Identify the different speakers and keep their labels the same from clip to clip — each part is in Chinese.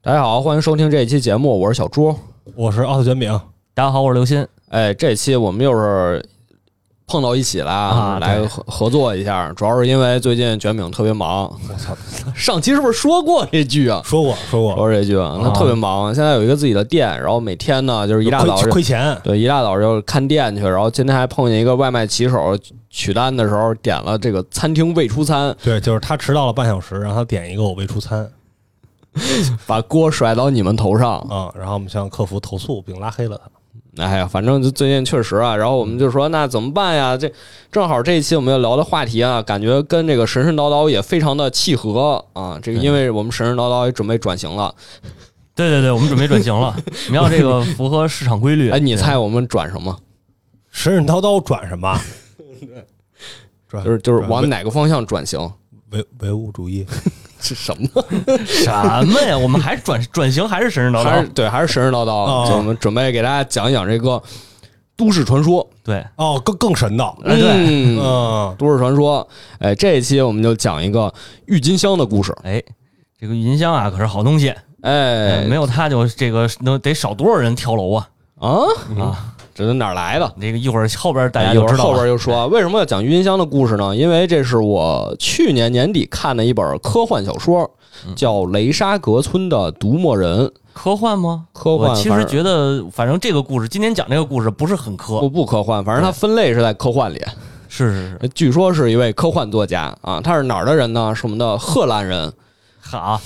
Speaker 1: 大家好，欢迎收听这一期节目，我是小朱。
Speaker 2: 我是奥特卷饼，
Speaker 3: 大家好，我是刘鑫。
Speaker 1: 哎，这期我们又是碰到一起了
Speaker 3: 啊
Speaker 1: 来
Speaker 3: 对
Speaker 1: 合合作一下，主要是因为最近卷饼特别忙。
Speaker 2: 我操，
Speaker 1: 上期是不是说过这句啊？
Speaker 2: 说过说过，
Speaker 1: 说这句啊，他特别忙，现在有一个自己的店，然后每天呢就是一大早
Speaker 2: 啊亏
Speaker 1: 就
Speaker 2: 亏钱，
Speaker 1: 对一大早就看店去，然后今天还碰见一个外卖骑手取单的时候点了这个餐厅未出餐，
Speaker 2: 对，就是他迟到了半小时，然后他点一个我未出餐
Speaker 1: 把锅甩到你们头上。
Speaker 2: 啊、然后我们向客服投诉并拉黑了他。
Speaker 1: 哎呀，反正就最近确实啊，然后我们就说那怎么办呀？这正好这一期我们要聊的话题啊，感觉跟这个神神叨叨也非常的契合啊。这个因为我们神神叨叨也准备转型了，
Speaker 3: 对对对，我们准备转型 了，我们要这个符合市场规律。
Speaker 1: 哎，你猜我们转什么？
Speaker 2: 神神叨叨转什么？转
Speaker 1: 就是就是
Speaker 2: 转
Speaker 1: 往哪个方向转型？
Speaker 2: 唯唯唯物主义，
Speaker 1: 是什么？
Speaker 3: 什么呀？我们还转转型还是神神 叨
Speaker 1: 还是
Speaker 3: 叨？
Speaker 1: 对，还是神神叨叨啊
Speaker 2: 哦？
Speaker 1: 就我们准备给大家讲一讲这个都市传说。
Speaker 3: 对，
Speaker 2: 哦，更更神道，
Speaker 3: 哎对，
Speaker 2: 嗯、
Speaker 1: 嗯，都市传说。哎，这一期我们就讲一个郁金香的故事。
Speaker 3: 哎，这个郁金香啊，可是好东西，
Speaker 1: 哎
Speaker 3: 哎，，没有它就这个能得少多少人跳楼啊
Speaker 1: 啊，
Speaker 3: 啊！
Speaker 1: 这都哪儿来的？
Speaker 3: 这个一会儿后边大
Speaker 1: 哎
Speaker 3: 家
Speaker 1: 一
Speaker 3: 就
Speaker 1: 会儿
Speaker 3: 知道
Speaker 1: 后边
Speaker 3: 了。
Speaker 1: 就说为什么要讲郁金香的故事呢？因为这是我去年年底看的一本科幻小说，
Speaker 3: 嗯
Speaker 1: 叫《雷沙格村的独墨人》。
Speaker 3: 科幻吗？
Speaker 1: 科幻
Speaker 3: 我其
Speaker 1: 反
Speaker 3: 实
Speaker 1: 正
Speaker 3: 觉得，反正这个故事，今天讲这个故事不是很科
Speaker 1: 不，不科幻，反正它分类是在科幻里。
Speaker 3: 是是是，
Speaker 1: 据说是一位科幻作家啊，他是哪儿的人呢？是我们的荷兰人。
Speaker 3: 好，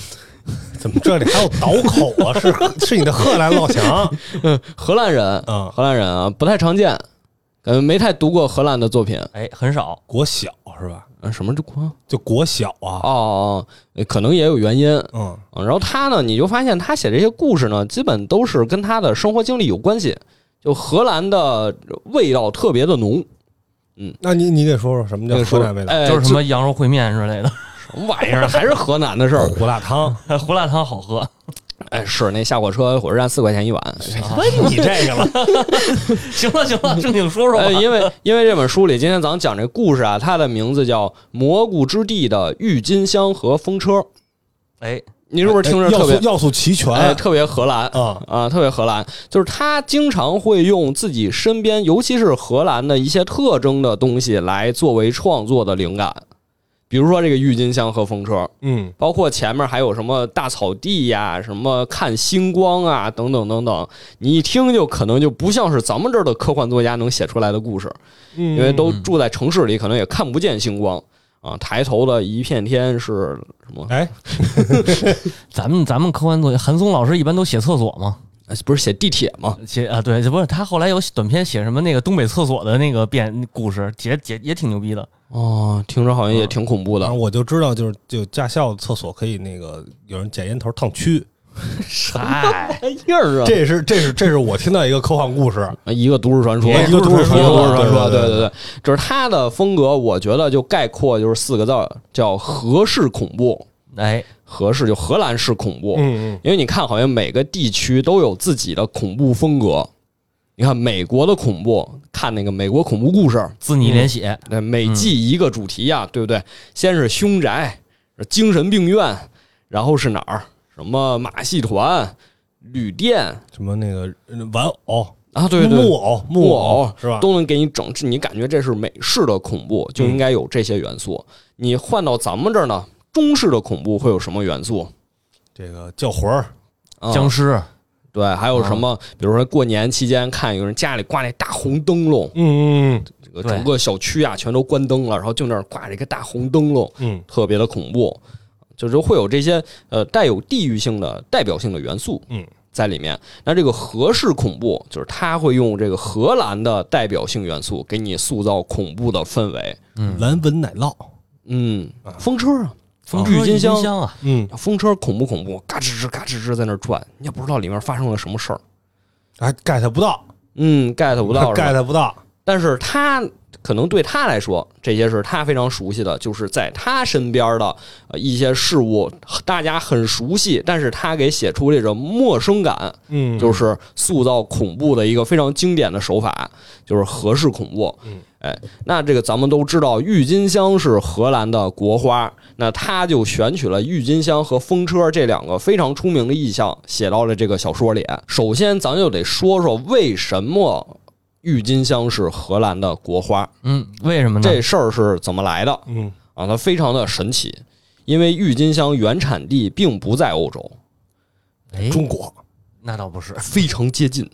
Speaker 2: 怎么这里还有倒口啊？是是你的荷兰老强？
Speaker 1: 荷兰人，
Speaker 2: 嗯，
Speaker 1: 荷兰人啊，不太常见，感觉没太读过荷兰的作品。
Speaker 3: 哎，很少，
Speaker 2: 国小是吧？
Speaker 3: 呃
Speaker 1: 啊什么这国？
Speaker 2: 就国小啊，
Speaker 1: 哦，哦可能也有原因。
Speaker 2: 嗯，
Speaker 1: 嗯，然后他呢，你就发现他写这些故事呢，基本都是跟他的生活经历有关系。就荷兰的味道特别的浓，
Speaker 2: 嗯那你你给说说什么叫
Speaker 1: 那个
Speaker 2: 河南味道？
Speaker 1: 哎，
Speaker 3: 就是什么羊肉烩面之类的，
Speaker 1: 什么玩意儿，还是河南的事儿。
Speaker 2: 胡辣汤，
Speaker 3: 胡辣汤好喝，
Speaker 1: 哎，是那下火车火车站四块钱一碗。
Speaker 2: 问你这个 了，
Speaker 3: 行了行了，正经说说吧
Speaker 1: 呃，。因为因为这本书里，今天咱们讲这故事啊，它的名字叫《蘑菇之地的郁金香和风车》。
Speaker 3: 哎，
Speaker 1: 你是不是听着
Speaker 2: 哎
Speaker 1: 特
Speaker 2: 要素
Speaker 1: 别
Speaker 2: 要素齐全
Speaker 1: 哎特别荷兰？
Speaker 2: 啊？
Speaker 1: 啊，特别荷兰，就是他经常会用自己身边，尤其是荷兰的一些特征的东西来作为创作的灵感，比如说这个郁金香和风车，
Speaker 2: 嗯，
Speaker 1: 包括前面还有什么大草地呀、什么看星光啊，等等等等，你一听就可能就不像是咱们这儿的科幻作家能写出来的故事，
Speaker 2: 因
Speaker 1: 因为都住在城市里，可能也看不见星光啊，抬头的一片天是什么？
Speaker 2: 哎，
Speaker 3: 咱们咱们科幻作业，韩松老师一般都写厕所嘛，
Speaker 1: 哎不是写地铁吗？
Speaker 3: 写啊对，这不是他后来有短篇写什么那个东北厕所的那个变故事，写写也挺牛逼的。
Speaker 1: 哦，听着好像也挺恐怖的
Speaker 2: 然后。我就知道，就是就驾校厕所可以那个有人捡烟头烫蛆，
Speaker 3: 嗨，
Speaker 1: 哎印儿啊！
Speaker 2: 这是这是这是我听到一个科幻故事，
Speaker 1: 啊，一个都市传说，
Speaker 2: 一个
Speaker 1: 都
Speaker 2: 都
Speaker 1: 市
Speaker 2: 市
Speaker 1: 传
Speaker 2: 传说
Speaker 1: 说，都市传说，
Speaker 2: 对
Speaker 1: 对
Speaker 2: 对
Speaker 1: 对对，就是他的风格，我觉得就概括就是四个字儿，叫荷式恐怖，
Speaker 3: 哎，
Speaker 1: 荷式就荷兰式恐怖，
Speaker 2: 嗯
Speaker 1: 因为你看，好像每个地区都有自己的恐怖风格。你看美国的恐怖，看那个美国恐怖故事，
Speaker 3: 自拟连写，
Speaker 2: 嗯
Speaker 1: 那每季一个主题呀、对不对？先是凶宅、精神病院，然后是哪儿？什么马戏团、旅店
Speaker 2: 嗯，什么那个呃玩偶，
Speaker 1: 啊？对对对，
Speaker 2: 木偶
Speaker 1: 木
Speaker 2: 偶
Speaker 1: 偶
Speaker 2: 是吧？
Speaker 1: 都能给你整，这你感觉这是美式的恐怖，就应该有这些元素。你换到咱们这儿呢，中式的恐怖会有什么元素？
Speaker 2: 这个叫魂儿，
Speaker 1: 啊
Speaker 3: 僵尸，
Speaker 1: 对，还有什么？比如说过年期间看有人家里挂那大红灯笼，
Speaker 2: 嗯嗯
Speaker 1: 这个
Speaker 3: 对
Speaker 1: 整个小区啊全都关灯了，然后就那儿挂着一个大红灯笼，
Speaker 2: 嗯，
Speaker 1: 特别的恐怖，就是会有这些呃带有地域性的代表性的元素，
Speaker 2: 嗯，
Speaker 1: 在里面。那这个荷式恐怖，就是它会用这个荷兰的代表性元素给你塑造恐怖的氛围。
Speaker 3: 嗯，
Speaker 2: 蓝纹奶酪，
Speaker 1: 嗯，风车啊，
Speaker 3: 风车
Speaker 1: 郁金
Speaker 3: 郁
Speaker 1: 香
Speaker 3: 香啊，
Speaker 2: 嗯，
Speaker 1: 风车恐不恐怖？嘎吱吱嘎吱吱在那儿转，你也不知道里面发生了什么事儿。
Speaker 2: 还 get 不到
Speaker 1: 嗯，get 不到是吧
Speaker 2: ，get 不到，
Speaker 1: 但是它可能对他来说，这些是他非常熟悉的，就是在他身边的呃一些事物，大家很熟悉，但是他给写出这种陌生感，
Speaker 2: 嗯，
Speaker 1: 就是塑造恐怖的一个非常经典的手法，就是合式恐怖。
Speaker 2: 嗯，
Speaker 1: 哎，那这个咱们都知道，郁金香是荷兰的国花，那他就选取了郁金香和风车这两个非常出名的意象，写到了这个小说里。首先，咱就得说说为什么郁金香是荷兰的国花，
Speaker 3: 嗯，为什么呢？
Speaker 1: 这事儿是怎么来的
Speaker 2: 嗯
Speaker 1: 啊？它非常的神奇，因为郁金香原产地并不在欧洲，
Speaker 3: 哎，
Speaker 2: 中国
Speaker 3: 那倒不是，
Speaker 1: 非常接近。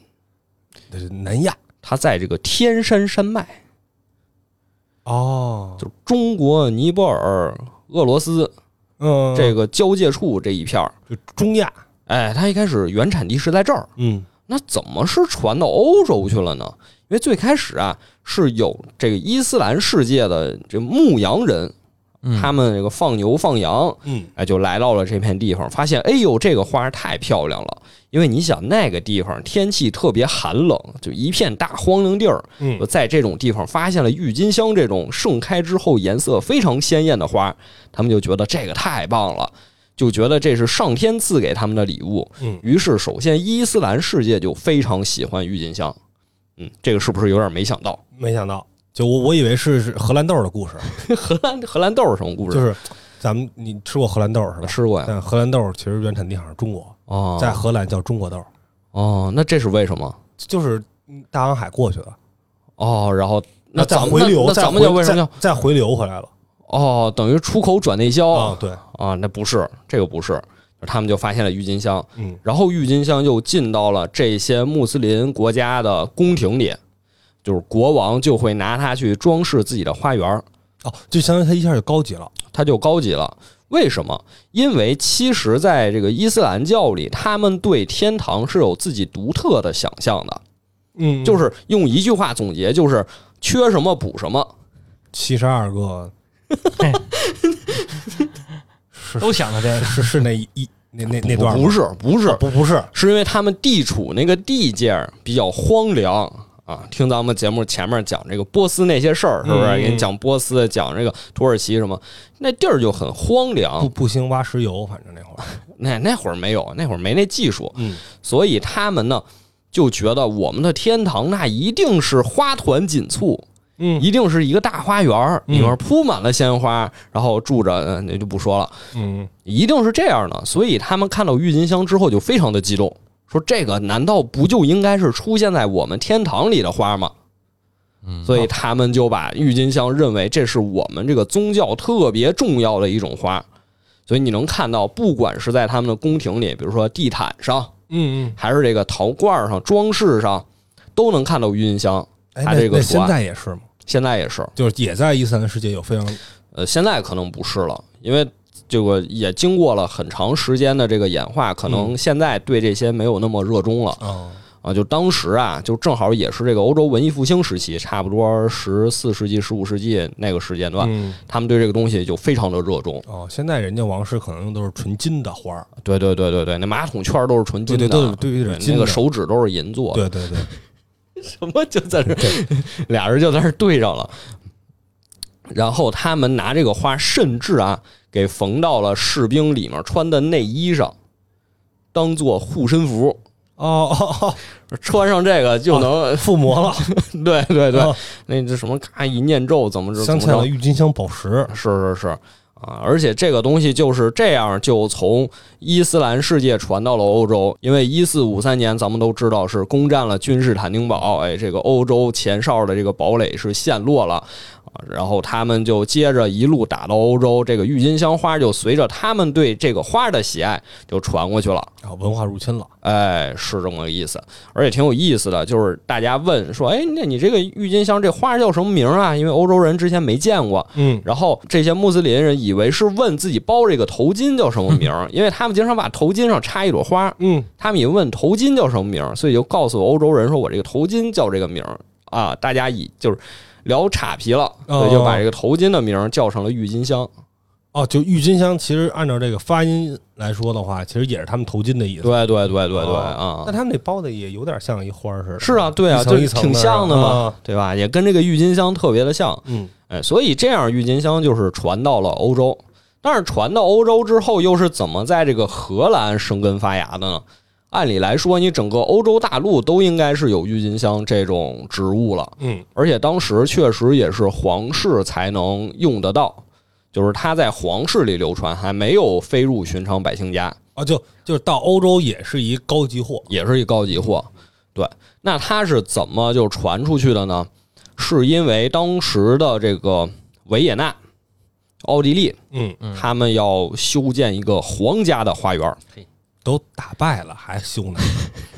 Speaker 2: 这是南亚
Speaker 1: 它在这个天山山脉，
Speaker 2: 哦，
Speaker 1: 就是中国、尼泊尔、俄罗斯
Speaker 2: 嗯，
Speaker 1: 这个交界处这一片儿。
Speaker 2: 就中亚，
Speaker 1: 哎，它一开始原产地是在这儿，
Speaker 2: 嗯
Speaker 1: 那怎么是传到欧洲去了呢？因为最开始啊，是有这个伊斯兰世界的这牧羊人，
Speaker 3: 嗯
Speaker 1: 他们这个放牛放羊，
Speaker 2: 嗯，
Speaker 1: 哎，就来到了这片地方，发现哎呦，这个花太漂亮了。因为你想那个地方天气特别寒冷，就一片大荒凉地儿，
Speaker 2: 嗯
Speaker 1: 我在这种地方发现了郁金香这种盛开之后颜色非常鲜艳的花，他们就觉得这个太棒了，就觉得这是上天赐给他们的礼物。
Speaker 2: 嗯
Speaker 1: 于是首先伊斯兰世界就非常喜欢郁金香。嗯，这个是不是有点没想到？
Speaker 2: 没想到，就我我以为是是荷兰豆的故事，
Speaker 1: 荷兰荷兰豆是什么故事？
Speaker 2: 就是咱们你吃过荷兰豆是吧？
Speaker 1: 吃过呀。
Speaker 2: 但荷兰豆其实原产地好像是中国，
Speaker 1: 哦，
Speaker 2: 在荷兰叫中国豆，
Speaker 1: 哦，那这是为什么？
Speaker 2: 就是大航海过去的，
Speaker 1: 哦，然后那
Speaker 2: 再
Speaker 1: 咱们
Speaker 2: 回流，
Speaker 1: 那
Speaker 2: 再
Speaker 1: 咱们
Speaker 2: 回
Speaker 1: 就为什么叫
Speaker 2: 再再回流回来了？
Speaker 1: 哦，等于出口转内销
Speaker 2: 啊，对，
Speaker 1: 啊？那不是，这个不是，就是他们就发现了郁金香。
Speaker 2: 嗯
Speaker 1: 然后郁金香就进到了这些穆斯林国家的宫廷里，就是国王就会拿它去装饰自己的花园儿，
Speaker 2: 哦，就相当于它一下就高级了，
Speaker 1: 它就高级了。为什么？因为其实在这个伊斯兰教里，他们对天堂是有自己独特的想象的，
Speaker 2: 嗯
Speaker 1: 就是用一句话总结，就是缺什么补什么。
Speaker 2: 七十二个，是
Speaker 3: 都想着这个。
Speaker 2: 是是那一那那那段吗
Speaker 1: 不是，啊不是，
Speaker 2: 不不是，
Speaker 1: 是因为他们地处那个地界儿比较荒凉啊。听咱们节目前面讲这个波斯那些事儿，是不是？
Speaker 2: 嗯
Speaker 1: 给你讲波斯，讲这个土耳其什么，那地儿就很荒
Speaker 2: 不
Speaker 1: 凉。
Speaker 2: 不兴挖石油，反正那会儿，
Speaker 1: 那那会儿没有，那会儿没那技术，
Speaker 2: 嗯
Speaker 1: 所以他们呢就觉得我们的天堂那一定是花团锦簇，
Speaker 2: 嗯
Speaker 1: 一定是一个大花园儿，
Speaker 2: 嗯
Speaker 1: 里面铺满了鲜花，然后住着，嗯那就不说了。
Speaker 2: 嗯，
Speaker 1: 一定是这样的。所以他们看到郁金香之后就非常的激动，说这个难道不就应该是出现在我们天堂里的花吗？
Speaker 3: 嗯
Speaker 1: 所以他们就把郁金香认为这是我们这个宗教特别重要的一种花。所以你能看到，不管是在他们的宫廷里，比如说地毯上，
Speaker 2: 嗯嗯，
Speaker 1: 还是这个陶罐上、装饰上，都能看到郁金香。
Speaker 2: 哎，
Speaker 1: 它
Speaker 2: 那
Speaker 1: 这个
Speaker 2: 那
Speaker 1: 图案
Speaker 2: 现在也是吗？
Speaker 1: 现在也是，
Speaker 2: 就是也在伊斯兰世界有非常
Speaker 1: 呃，现在可能不是了，因为这个也经过了很长时间的这个演化，可
Speaker 2: 嗯
Speaker 1: 能现在对这些没有那么热衷了、
Speaker 2: 啊，
Speaker 1: 啊。就当时啊，就正好也是这个欧洲文艺复兴时期，差不多十四世纪、十五世纪那个时间段，
Speaker 2: 嗯
Speaker 1: 他们对这个东西就非常的热衷。
Speaker 2: 哦，现在人家王室可能用都是纯金的花儿，
Speaker 1: 对对对对对，那马桶圈都是纯金的，啊
Speaker 2: 对对都是对对对
Speaker 1: 那
Speaker 2: 金
Speaker 1: 个
Speaker 2: 的
Speaker 1: 手指都是银做的。
Speaker 2: 对对 对，
Speaker 1: 什么就在这儿，俩人就在这儿对上了。然后他们拿这个花，甚至啊，给缝到了士兵里面穿的内衣上，当做护身符。
Speaker 2: 哦哦哦，
Speaker 1: 穿上这个就能，
Speaker 2: 附魔 了，
Speaker 1: 对对对，
Speaker 2: 哦
Speaker 1: 那这什么咔一念咒怎么着怎
Speaker 2: 镶
Speaker 1: 么
Speaker 2: 嵌了
Speaker 1: 着，
Speaker 2: 郁金香宝石，
Speaker 1: 是是是啊！而且这个东西就是这样，就从伊斯兰世界传到了欧洲，因为一四五三年咱们都知道是攻占了君士坦丁堡，哎，这个欧洲前哨的这个堡垒是陷落了。啊然后他们就接着一路打到欧洲，这个郁金香花就随着他们对这个花的喜爱就传过去了。
Speaker 2: 然后文化入侵了，
Speaker 1: 哎，是这么个意思，而且挺有意思的，就是大家问说，哎，那你这个郁金香这花叫什么名啊？因为欧洲人之前没见过，
Speaker 2: 嗯
Speaker 1: 然后这些穆斯林人以为是问自己包这个头巾叫什么名 儿，因为他们经常把头巾上插一朵花，
Speaker 2: 嗯，
Speaker 1: 他们也问头巾叫什么名儿，所以就告诉欧洲人说我这个头巾叫这个名儿啊，大家以就是聊岔皮了，
Speaker 2: 哦
Speaker 1: 所以就把这个头巾的名儿叫成了郁金香。
Speaker 2: 哦，就郁金香，其实按照这个发音来说的话，其实也是他们头巾的意思。
Speaker 1: 对对对对对啊
Speaker 2: 哦那，他们那包的也有点像一花儿似的。
Speaker 1: 是啊，对啊，
Speaker 2: 一层
Speaker 1: 就
Speaker 2: 一
Speaker 1: 是
Speaker 2: 层
Speaker 1: 挺像的嗯嘛，
Speaker 2: 啊
Speaker 1: 对吧？也跟这个郁金香特别的像，
Speaker 2: 嗯，
Speaker 1: 哎，所以这样郁金香就是传到了欧洲。但是传到欧洲之后，又是怎么在这个荷兰生根发芽的呢？按理来说，你整个欧洲大陆都应该是有郁金香这种植物了，
Speaker 2: 嗯，
Speaker 1: 而且当时确实也是皇室才能用得到，就是它在皇室里流传，还没有飞入寻常百姓家。
Speaker 2: 啊，就就是到欧洲也是一高级货。
Speaker 1: 也是一高级货。对，那它是怎么就传出去的呢？是因为当时的这个维也纳、奥地利，
Speaker 2: 嗯，
Speaker 1: 他们要修建一个皇家的花园。
Speaker 2: 都打败了还修呢。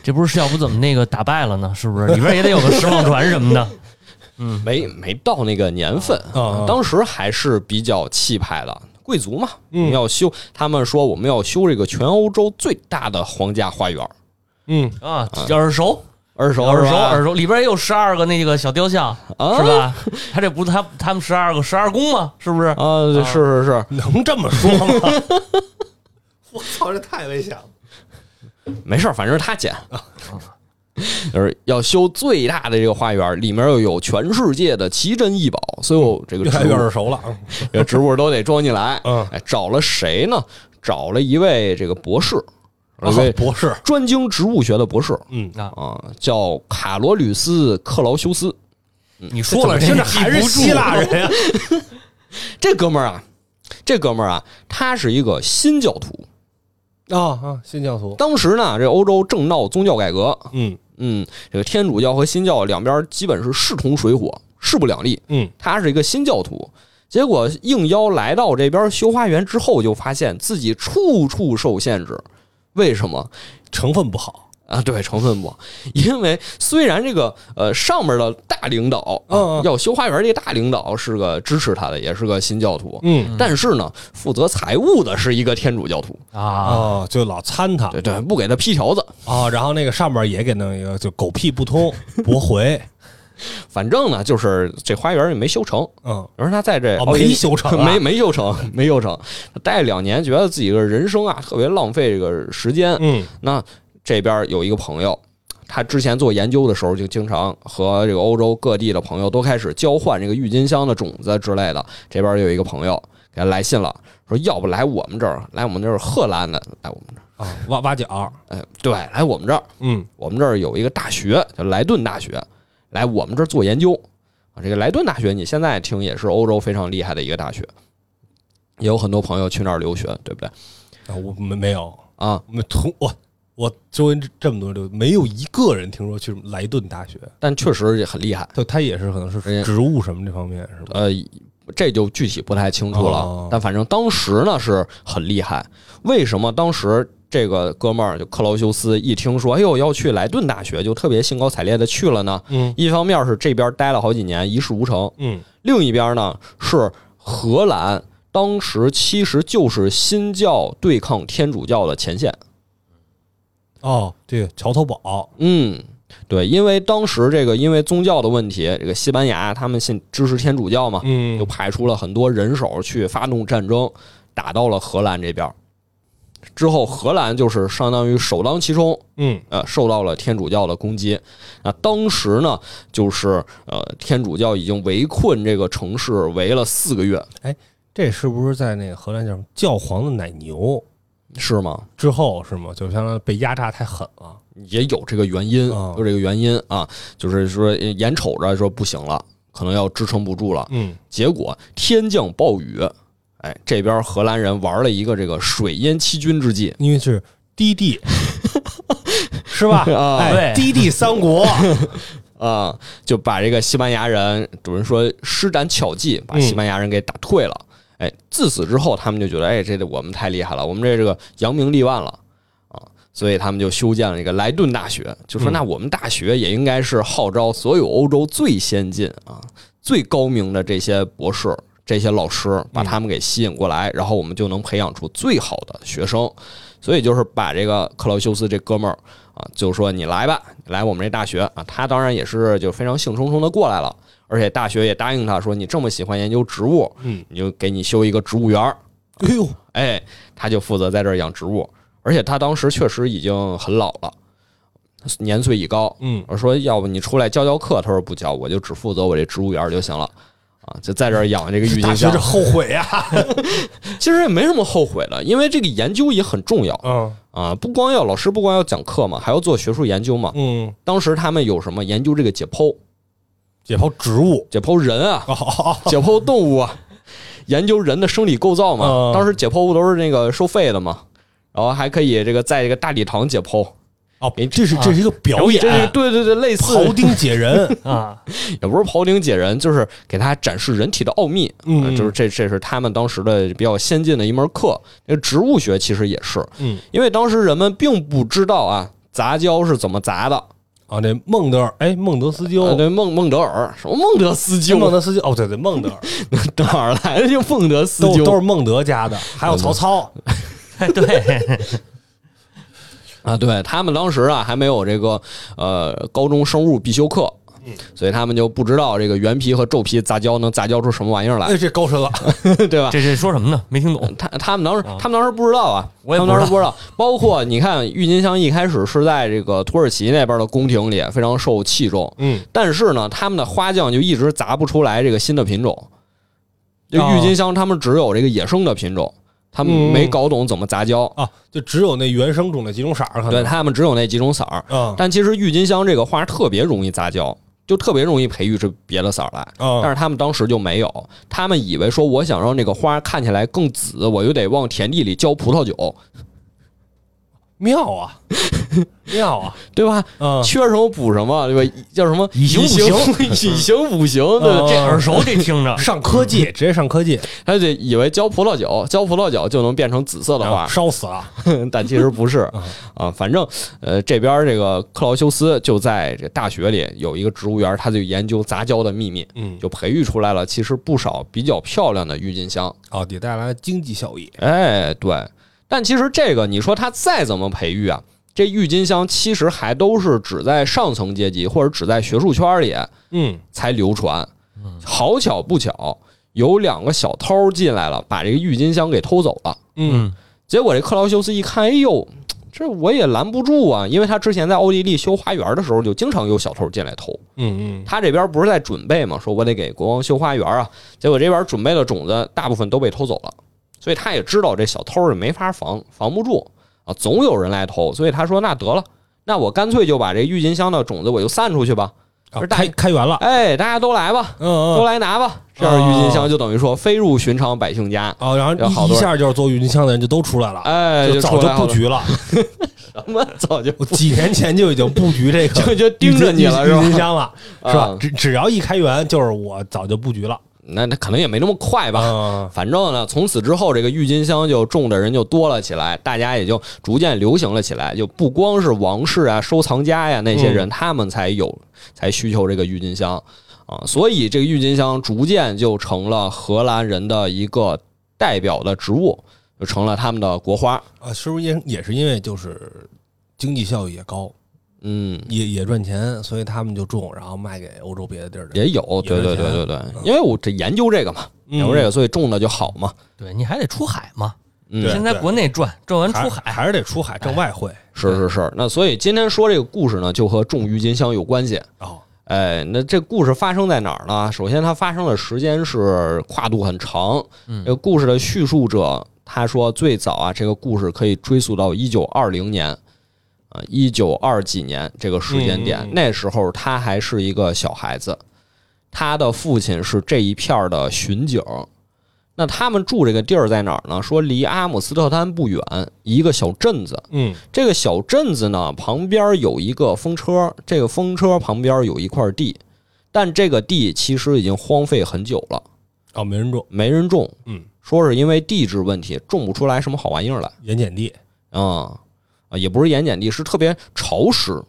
Speaker 3: 这不是要不怎么那个打败了呢？是不是里边也得有个石忘传什么的？
Speaker 1: 没没到那个年份，
Speaker 2: 啊
Speaker 1: 当时还是比较气派的，贵族嘛，我
Speaker 2: 嗯
Speaker 1: 们要修。他们说我们要修这个全欧洲最大的皇家花园，
Speaker 2: 嗯，
Speaker 3: 啊，耳熟，
Speaker 1: 二手
Speaker 3: 耳熟，耳
Speaker 1: 熟
Speaker 3: 熟，里边也有十二个那个小雕像，
Speaker 1: 啊
Speaker 3: 是吧？他这不他他们十二个十二宫吗？是不是？
Speaker 1: 啊，是是是，
Speaker 2: 能这么说吗？ 我操，这太危险了。
Speaker 1: 没事儿，反正是他捡。 就是要修最大的这个花园，里面又有全世界的奇珍异宝，所有这个
Speaker 2: 越
Speaker 1: 植
Speaker 2: 来越耳
Speaker 1: 物，
Speaker 2: 熟了啊。
Speaker 1: 这个植物都得装进来。
Speaker 2: 嗯
Speaker 1: 哎，找了谁呢？找了一位这个博士，
Speaker 2: 啊
Speaker 1: 一位
Speaker 2: 博士，
Speaker 1: 专精植物学的博士
Speaker 2: 嗯，
Speaker 1: 啊，叫卡罗吕斯·克劳修斯。
Speaker 3: 你说了，
Speaker 2: 听
Speaker 3: 这
Speaker 2: 着还是希腊人啊呀。
Speaker 1: 这哥们儿啊，这哥们儿啊，他是一个新教徒。
Speaker 2: 啊啊，新教徒。
Speaker 1: 当时呢，这欧洲正闹宗教改革，
Speaker 2: 嗯
Speaker 1: 嗯，这个天主教和新教两边基本是势同水火，势不两立。
Speaker 2: 嗯，
Speaker 1: 他是一个新教徒，结果应邀来到这边修花园之后，就发现自己处处受限制。为什么
Speaker 2: 成分不好。
Speaker 1: 啊？对，成分不，因为虽然这个呃上面的大领导，啊
Speaker 2: 嗯嗯
Speaker 1: 要修花园这大领导是个支持他的，也是个新教徒，
Speaker 2: 嗯
Speaker 1: 但是呢，负责财务的是一个天主教徒，
Speaker 3: 啊，
Speaker 2: 哦，就老参他
Speaker 1: 对对，不给他批条子。
Speaker 2: 哦，然后那个上面也给弄一个，就狗屁不通，驳回。
Speaker 1: 反正呢，就是这花园也没修成。
Speaker 2: 嗯，
Speaker 1: 而他在这
Speaker 2: 哦
Speaker 1: 奥地利
Speaker 2: 没修成 啊
Speaker 1: 没没修成，没修成。他待两年，觉得自己的人生啊特别浪费这个时间。
Speaker 2: 嗯
Speaker 1: 那这边有一个朋友，他之前做研究的时候，就经常和这个欧洲各地的朋友都开始交换这个郁金香的种子之类的。这边有一个朋友给他来信了，说要不来我们这儿，来我们这儿荷兰的，来我们这儿，
Speaker 2: 啊，挖挖角。
Speaker 1: 哎，对，来我们这儿，
Speaker 2: 嗯
Speaker 1: 我们这儿有一个大学叫莱顿大学，来我们这儿做研究啊。这个莱顿大学，你现在听也是欧洲非常厉害的一个大学，也有很多朋友去那儿留学，对不对？
Speaker 2: 啊，我没没有，
Speaker 1: 啊，
Speaker 2: 没同我我周围这么多人，没有一个人听说去莱顿大学。
Speaker 1: 但确实也很厉害，
Speaker 2: 就他也是可能
Speaker 1: 哎
Speaker 2: 是植物什么这方面是吧？
Speaker 1: 呃，这就具体不太清楚了。
Speaker 2: 哦
Speaker 1: 但反正当时呢是很厉害。为什么当时这个哥们儿就克劳修斯一听说，哎呦要去莱顿大学，就特别兴高采烈的去了呢？
Speaker 2: 嗯
Speaker 1: 一方面是这边待了好几年一事无成，
Speaker 2: 嗯
Speaker 1: 另一边呢是荷兰，当时其实就是新教对抗天主教的前线。
Speaker 2: 哦，这个桥头堡
Speaker 1: 嗯，对，因为当时这个因为宗教的问题，这个西班牙他们信支持天主教嘛，
Speaker 2: 嗯
Speaker 1: 就派出了很多人手去发动战争，打到了荷兰这边。之后，荷兰就是相当于首当其冲，
Speaker 2: 嗯
Speaker 1: 呃，受到了天主教的攻击。那当时呢，就是呃，天主教已经围困这个城市，围了四个月，
Speaker 2: 这是不是在那个荷兰叫什么教皇的奶牛
Speaker 1: 是吗？
Speaker 2: 之后是吗？就相当于被压榨太狠了。
Speaker 1: 也有这个原因，
Speaker 2: 啊
Speaker 1: 有这个原因啊，就是说呃眼瞅着说不行了，可能要支撑不住了。
Speaker 2: 嗯
Speaker 1: 结果天降暴雨，哎，这边荷兰人玩了一个这个水淹七军之计，
Speaker 2: 因为是 低地是吧？
Speaker 1: 啊
Speaker 2: 哎，
Speaker 3: 对
Speaker 2: 低地三 国
Speaker 1: 啊，就把这个西班牙人，有人说施展巧计，把
Speaker 2: 嗯
Speaker 1: 西班牙人给打退了。哎，自此之后，他们就觉得，哎，这个我们太厉害了，我们这这个扬名立万了啊，所以他们就修建了一个莱顿大学，就说
Speaker 2: 嗯
Speaker 1: 那我们大学也应该是号召所有欧洲最先进啊、最高明的这些博士。这些老师
Speaker 2: 嗯
Speaker 1: 把他们给吸引过来，然后我们就能培养出最好的学生，所以就是把这个克劳修斯这哥们儿啊，就说你来吧，你来我们这大学啊。他当然也是就非常兴冲冲的过来了，而且大学也答应他说，你这么喜欢研究植物，
Speaker 2: 嗯，
Speaker 1: 你就给你修一个植物园儿
Speaker 2: 哎呦，
Speaker 1: 哎，他就负责在这儿养植物，而且他当时确实已经很老了，年岁已高。
Speaker 2: 嗯，
Speaker 1: 我说要不你出来教教课，他说不教，我就只负责我这植物园就行了。啊，就在这儿养这个郁
Speaker 2: 大
Speaker 1: 金
Speaker 2: 学
Speaker 1: 香
Speaker 2: 这，后悔啊呀、
Speaker 1: 其实也没什么后悔的，因为这个研究也很重要
Speaker 2: 嗯
Speaker 1: 啊，不光要老师不光要讲课嘛，还要做学术研究嘛。
Speaker 2: 嗯，
Speaker 1: 当时他们有什么研究这个解剖，
Speaker 2: 解剖植物，
Speaker 1: 解剖人啊，
Speaker 2: 哦哦
Speaker 1: 解剖动物啊，研究人的生理构造嘛
Speaker 2: 嗯。
Speaker 1: 当时解剖不都是那个收费的嘛，然后还可以这个在这个大礼堂解剖，哎
Speaker 2: 哦，这是这是一个表演，
Speaker 1: 这是对对对，类似
Speaker 2: 庖丁解人，
Speaker 3: 啊，
Speaker 1: 也不是庖丁解人，就是给大家展示人体的奥秘。
Speaker 2: 嗯
Speaker 1: 呃就是这这是他们当时的比较先进的一门课。那个植物学其实也是，
Speaker 2: 嗯，
Speaker 1: 因为当时人们并不知道啊。杂交是怎么杂的？
Speaker 2: 啊，那孟德尔，哎，孟德斯鸠，
Speaker 1: 呃，对，孟孟德尔，什么孟德斯鸠？
Speaker 2: 孟德斯鸠，哦，对对，孟德尔，
Speaker 1: 哪儿来的就孟德斯
Speaker 2: 都
Speaker 1: 鸠？
Speaker 2: 都是孟德家的，还有曹操，
Speaker 3: 哎对，
Speaker 1: 啊，对他们当时啊还没有这个呃高中生物必修课，所以他们就不知道这个原皮和皱皮杂交能杂交出什么玩意儿来，
Speaker 2: 哎，这高深了，
Speaker 1: 对吧？
Speaker 3: 这这说什么呢？没听懂。
Speaker 1: 他他们当时他们当时不知道啊，
Speaker 3: 我也
Speaker 1: 他
Speaker 3: 不
Speaker 1: 们当时不知道。包括你看郁金香一开始是在这个土耳其那边的宫廷里非常受器重，
Speaker 2: 嗯，
Speaker 1: 但是呢，他们的花匠就一直砸不出来这个新的品种。就
Speaker 2: 哦
Speaker 1: 郁金香，他们只有这个野生的品种，他们
Speaker 2: 嗯
Speaker 1: 没搞懂怎么杂交，
Speaker 2: 啊，就只有那原生种的几种色儿，可
Speaker 1: 对
Speaker 2: 能，
Speaker 1: 他们只有那几种色儿。
Speaker 2: 嗯
Speaker 1: 但其实郁金香这个花特别容易杂交，就特别容易培育出别的色儿来。但
Speaker 2: 嗯，
Speaker 1: 是他们当时就没有，他们以为说我想让这个花看起来更紫，我就得往田地里浇葡萄酒，
Speaker 2: 妙啊，妙啊，
Speaker 1: 对吧？
Speaker 2: 嗯，
Speaker 1: 缺什么补什么，对吧？叫什么
Speaker 3: 以形补啊
Speaker 1: 形， 以形补形，对吧？
Speaker 2: 嗯
Speaker 3: 这耳 熟，这听着
Speaker 2: 上科技，嗯直接上科技，
Speaker 1: 他就以为浇葡萄酒，浇葡萄酒就能变成紫色的花，
Speaker 2: 烧死了，
Speaker 1: 但其实不是啊。反正呃，这边儿这个克劳修斯就在这大学里有一个植物园，他就研究杂交的秘密。
Speaker 2: 嗯，
Speaker 1: 就培育出来了，其实不少比较漂亮的郁金香。
Speaker 2: 哦，也带来了经济效益，
Speaker 1: 哎，对，但其实这个你说它再怎么培育啊，这郁金香其实还都是只在上层阶级或者只在学术圈里
Speaker 2: 嗯，
Speaker 1: 才流传。好巧不巧，有两个小偷进来了，把这个郁金香给偷走了。
Speaker 2: 嗯，
Speaker 1: 结果这克劳修斯一看，哎呦，这我也拦不住啊，因为他之前在奥地利修花园的时候，就经常有小偷进来偷。
Speaker 2: 嗯嗯，
Speaker 1: 他这边不是在准备嘛，说我得给国王修花园啊，结果这边准备的种子大部分都被偷走了，所以他也知道这小偷是没法防，防不住啊，总有人来偷，所以他说那得了，那我干脆就把这郁金香的种子我就散出去吧，
Speaker 2: 啊
Speaker 1: 不是大
Speaker 2: 开开源了，
Speaker 1: 哎，大家都来吧，
Speaker 2: 嗯嗯
Speaker 1: 都。来拿吧，这样郁金香就等于说飞入寻常百姓家，
Speaker 2: 哦，然后
Speaker 1: 有好
Speaker 2: 一一
Speaker 1: 多人
Speaker 2: 下就是做郁金香的人就都出来了，
Speaker 1: 哎，
Speaker 2: 就早
Speaker 1: 出
Speaker 2: 就
Speaker 1: 来好
Speaker 2: 布
Speaker 1: 多
Speaker 2: 局了。
Speaker 1: 什么 早就
Speaker 2: 我几年前就已经布局 这
Speaker 1: 就
Speaker 2: 个
Speaker 1: 就盯着你了
Speaker 2: 郁
Speaker 1: 是
Speaker 2: 金郁
Speaker 1: 吧
Speaker 2: 金？香了，
Speaker 1: 啊
Speaker 2: 是吧？只只要一开园，就是我早就布局 了，
Speaker 1: 那那可能也没那么快吧，
Speaker 2: 吧？
Speaker 1: 反正呢，从此之后，这个郁金香就种的人就多了起来，大家也就逐渐流行了起来。就不光是王室啊、收藏家呀那些人，他们才有才需求这个郁金香啊，所以这个郁金香逐渐就成了荷兰人的一个代表的植物，就成了他们的国花。
Speaker 2: 啊，是不是也也是因为就是经济效益也高，
Speaker 1: 嗯，
Speaker 2: 也也赚钱，所以他们就种，然后卖给欧洲别的地儿的人。
Speaker 1: 嗯也有，嗯对对对对对，因为我这研究这个嘛，研究这个，所以种的就好嘛。
Speaker 3: 对你还得出海嘛，
Speaker 1: 嗯
Speaker 2: 对，
Speaker 3: 先在国内赚，赚完
Speaker 2: 还
Speaker 3: 出海，
Speaker 2: 还是得出海挣外汇
Speaker 1: 是是是。那所以今天说这个故事呢，就和种郁金香有关系。
Speaker 2: 哦，
Speaker 1: 哎，那这故事发生在哪儿呢？首先，它发生的时间是跨度很长。
Speaker 3: 嗯
Speaker 1: 这个故事的叙述者他说，最早啊，这个故事可以追溯到一九二零年，啊，一九二几年这个时间点。
Speaker 2: 嗯嗯嗯
Speaker 1: 那时候他还是一个小孩子，他的父亲是这一片儿的巡警。那他们住这个地儿在哪儿呢？说离阿姆斯特丹不远，一个小镇子。
Speaker 2: 嗯
Speaker 1: 这个小镇子呢，旁边有一个风车，这个风车旁边有一块地，但这个地其实已经荒废很久了，
Speaker 2: 哦，没人种，
Speaker 1: 没人种，
Speaker 2: 嗯，
Speaker 1: 说是因为地质问题种不出来什么好玩意儿来
Speaker 2: 盐碱地
Speaker 1: 啊、啊，也不是盐碱地，是特别潮湿，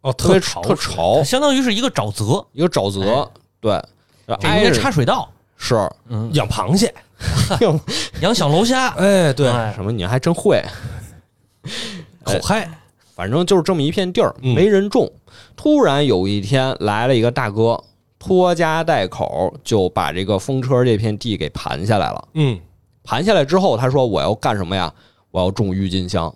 Speaker 2: 哦，
Speaker 1: 特别
Speaker 2: 潮
Speaker 1: 特
Speaker 2: 湿
Speaker 1: 潮，
Speaker 3: 相当于是一个沼泽，
Speaker 1: 一个沼泽，对，
Speaker 3: 这应
Speaker 1: 挨
Speaker 3: 该
Speaker 1: 着
Speaker 3: 插水 稻，
Speaker 1: 哎是
Speaker 3: 嗯，
Speaker 2: 养螃蟹，
Speaker 3: 养小 龙虾，
Speaker 2: 哎，对，
Speaker 3: 哎
Speaker 1: 什么？你还真会，
Speaker 2: 口嗨，
Speaker 1: 哎反正就是这么一片地儿，
Speaker 2: 嗯
Speaker 1: 没人种。突然有一天来了一个大哥，拖家带口就把这个风车这片地给盘下来了。
Speaker 2: 嗯
Speaker 1: 盘下来之后，他说我要干什么呀？我要种郁金香。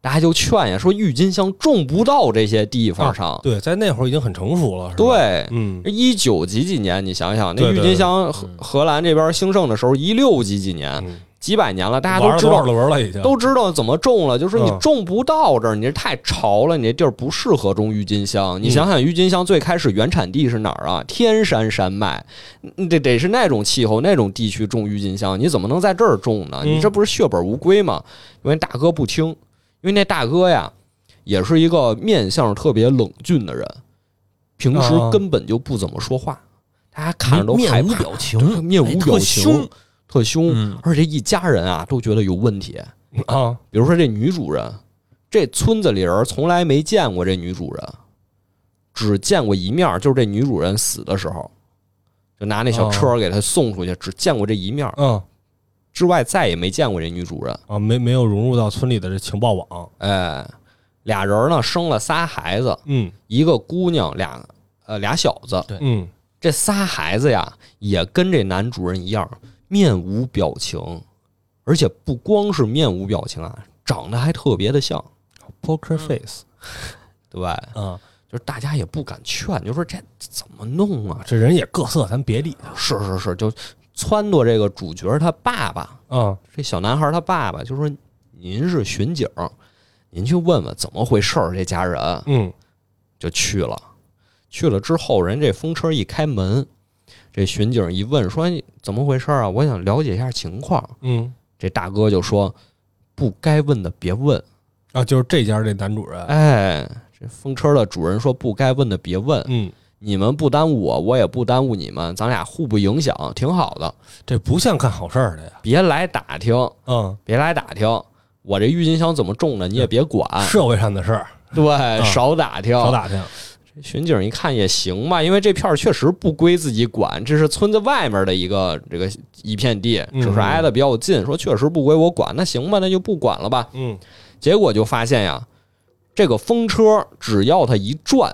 Speaker 1: 大家就劝呀，说郁金香种不到这些地方上。
Speaker 2: 啊对，在那会儿已经很成熟了，是吧，
Speaker 1: 对，哎
Speaker 2: 嗯，
Speaker 1: 一九几几年，你想想，那
Speaker 2: 对
Speaker 1: 郁
Speaker 2: 对
Speaker 1: 金香荷荷兰这边兴盛的时候，一六几几年，
Speaker 2: 嗯
Speaker 1: 几百年了，大家都
Speaker 2: 玩了
Speaker 1: 知
Speaker 2: 多少
Speaker 1: 道。
Speaker 2: 轮儿了已经，
Speaker 1: 都知道怎么种了，就是你
Speaker 2: 嗯
Speaker 1: 种不到这儿，你这太潮了，你这地儿不适合种郁金香。你
Speaker 2: 嗯
Speaker 1: 想想，郁金香最开始原产地是哪儿啊？天山山脉，嗯得得是那种气候、那种地区种郁金香，你怎么能在这儿种呢？
Speaker 2: 嗯
Speaker 1: 你这不是血本无归吗？因为大哥不听，因为那大哥呀，也是一个面相特别冷峻的人，平时
Speaker 2: 啊
Speaker 1: 根本就不怎么说话，大家看着都害
Speaker 3: 面无
Speaker 1: 怕，
Speaker 3: 表
Speaker 1: 就是
Speaker 3: 情，
Speaker 1: 面
Speaker 3: 哎
Speaker 1: 无
Speaker 3: 特
Speaker 1: 表情
Speaker 3: 凶，
Speaker 1: 特凶，
Speaker 3: 嗯，
Speaker 1: 而且一家人啊都觉得有问题。
Speaker 2: 啊，
Speaker 1: 比如说这女主人，这村子里人从来没见过这女主人，只见过一面儿，就是这女主人死的时候，就拿那小车给她送出去，只见过这一面儿，
Speaker 2: 嗯
Speaker 1: 之外再也没见过这女主人。
Speaker 2: 啊，没没有融入到村里的这情报网，
Speaker 1: 哎，俩人呢生了仨孩子，
Speaker 2: 嗯
Speaker 1: 一个姑娘，俩呃俩小子。
Speaker 3: 对
Speaker 2: 嗯，
Speaker 1: 这仨孩子呀，也跟这男主人一样，面无表情，而且不光是面无表情啊，长得还特别的像，
Speaker 2: Poker Face
Speaker 1: 对吧？
Speaker 2: 啊，
Speaker 1: 就是大家也不敢劝，就说这怎么弄啊？
Speaker 2: 这人也各色，咱别理他
Speaker 1: 是是是，就撺掇这个主角他爸爸，
Speaker 2: 啊，
Speaker 1: 这小男孩他爸爸就说：“您是巡警，您去问问怎么回事儿。”这家人
Speaker 2: 嗯
Speaker 1: 就去了，去了之后，人这风车一开门，这巡警一问说：“你怎么回事儿啊？我想了解一下情况。
Speaker 2: 嗯”
Speaker 1: 这大哥就说：“不该问的别问。”
Speaker 2: 啊，就是这家这男主人，
Speaker 1: 哎，这风车的主人说：“不该问的别问。”
Speaker 2: 嗯，
Speaker 1: 你们不耽误我，我也不耽误你们，咱俩互不影响，挺好的。
Speaker 2: 这不像干好事儿的呀，
Speaker 1: 别来打听，
Speaker 2: 嗯，
Speaker 1: 别来打听，我这郁金香怎么种的，你也别 管。
Speaker 2: 社会上的事儿
Speaker 1: 对，少打听。
Speaker 2: 嗯少打听，
Speaker 1: 巡警一看也行吧，因为这片儿确实不归自己管，这是村子外面的一个这个一片地，
Speaker 2: 嗯
Speaker 1: 只是挨得比较近。说确实不归我管，那行吧，那就不管了吧。
Speaker 2: 嗯，
Speaker 1: 结果就发现呀，这个风车只要它一转，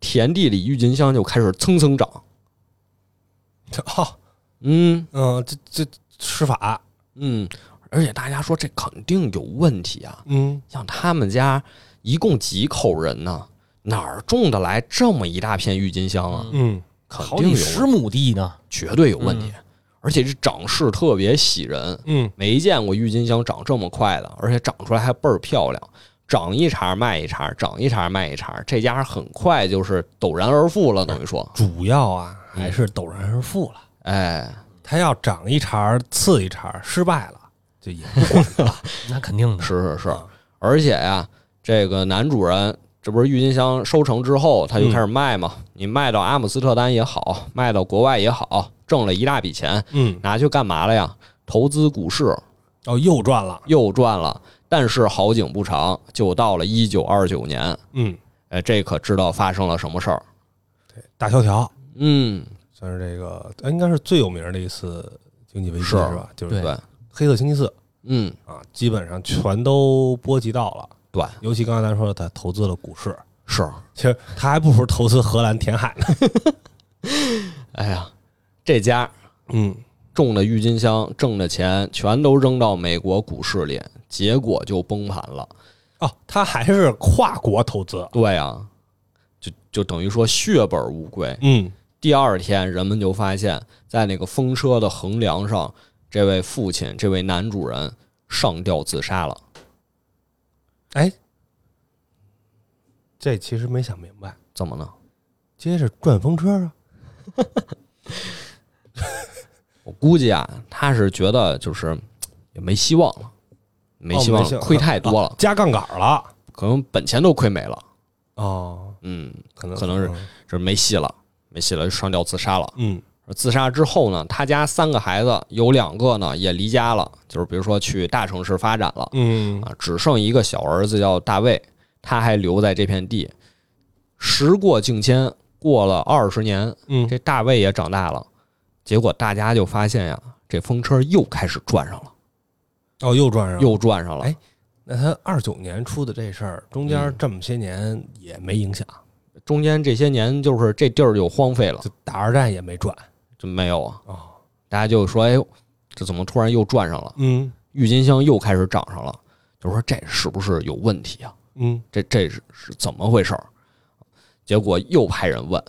Speaker 1: 田地里郁金香就开始蹭蹭长。
Speaker 2: 好，
Speaker 1: 嗯，
Speaker 2: 嗯，这这施法，
Speaker 1: 嗯，而且大家说这肯定有问题啊！
Speaker 2: 嗯
Speaker 1: 像他们家一共几口人呢？哪儿种得来这么一大片郁金香啊？
Speaker 2: 嗯，
Speaker 1: 肯
Speaker 3: 好
Speaker 1: 定
Speaker 3: 几
Speaker 1: 有
Speaker 3: 十嗯
Speaker 1: 问，
Speaker 3: 亩地呢，
Speaker 1: 绝对有问题。而且这长势特别喜人，
Speaker 2: 嗯
Speaker 1: 没见过郁金香长这么快的，而且长出来还倍儿漂亮，长一茬卖一茬，长一茬卖一茬，这家很快就是陡然而富了，等于说，
Speaker 2: 主要啊还是陡然而富了。
Speaker 1: 哎，
Speaker 2: 他要长一茬儿刺一茬儿，失败了就也不
Speaker 3: 那肯定的。
Speaker 1: 是是是
Speaker 2: 嗯，
Speaker 1: 而且呀、这个男主人这不是郁金香收成之后，他就开始卖嘛。你卖到阿姆斯特丹也好，卖到国外也好，挣了一大笔钱，
Speaker 2: 嗯
Speaker 1: 拿去干嘛了呀？投资股市
Speaker 2: 哦又赚了，
Speaker 1: 又赚了。但是好景不长，就到了一九二九年，
Speaker 2: 嗯，
Speaker 1: 哎，这可知道发生了什么事儿？
Speaker 2: 大萧条
Speaker 1: 嗯，
Speaker 2: 算是这个呃应该是最有名的一次经济危机
Speaker 1: 是
Speaker 2: 是吧？就是
Speaker 3: 对
Speaker 1: 对，
Speaker 2: 黑色星期四
Speaker 1: 嗯，
Speaker 2: 啊，基本上全都波及到了。
Speaker 1: 对，
Speaker 2: 尤其刚才咱说的，他投资了股市，
Speaker 1: 是。
Speaker 2: 其实他还不如投资荷兰填海呢。
Speaker 1: 哎呀，这家
Speaker 2: 嗯
Speaker 1: 种的郁金香挣的钱全都扔到美国股市里，结果就崩盘了。
Speaker 2: 哦，他还是跨国投资。
Speaker 1: 对啊，就就等于说血本无归。
Speaker 2: 嗯
Speaker 1: 第二天，人们就发现，在那个风车的横梁上，这位父亲，这位男主人上吊自杀了。
Speaker 2: 哎，这其实没想明白，
Speaker 1: 怎么呢？
Speaker 2: 接着转风车啊。
Speaker 1: 我估计啊，他是觉得就是嘖也没希望了，没希望
Speaker 2: 哦没希
Speaker 1: 了，
Speaker 2: 望
Speaker 1: 亏太多
Speaker 2: 啊
Speaker 1: 了，
Speaker 2: 加杠杆了。
Speaker 1: 可能本钱都亏没了。
Speaker 2: 哦，
Speaker 1: 嗯，
Speaker 2: 可能
Speaker 1: 可能是这没戏了，没戏了，就上吊自杀了。
Speaker 2: 嗯
Speaker 1: 自杀之后呢，他家三个孩子有两个呢也离家了，就是比如说去大城市发展了。
Speaker 2: 嗯
Speaker 1: 啊，只剩一个小儿子叫大卫，他还留在这片地。时过境迁，过了二十年，
Speaker 2: 嗯，
Speaker 1: 这大卫也长大了，结果大家就发现呀，这风车又开始转上了，
Speaker 2: 哦又转上了。
Speaker 1: 又转上了。
Speaker 2: 哎那他二九年出的这事儿，中间
Speaker 1: 嗯
Speaker 2: 这么些年也没影响，
Speaker 1: 中间这些年就是这地儿就荒废了，
Speaker 2: 就打二战也没转。
Speaker 1: 就没有啊。
Speaker 2: 哦
Speaker 1: 大家就说，哎，这怎么突然又转上了？
Speaker 2: 嗯
Speaker 1: 郁金香又开始涨上了，就说这是不是有问题啊？
Speaker 2: 嗯
Speaker 1: 这这是是怎么回事儿？结果又派人问，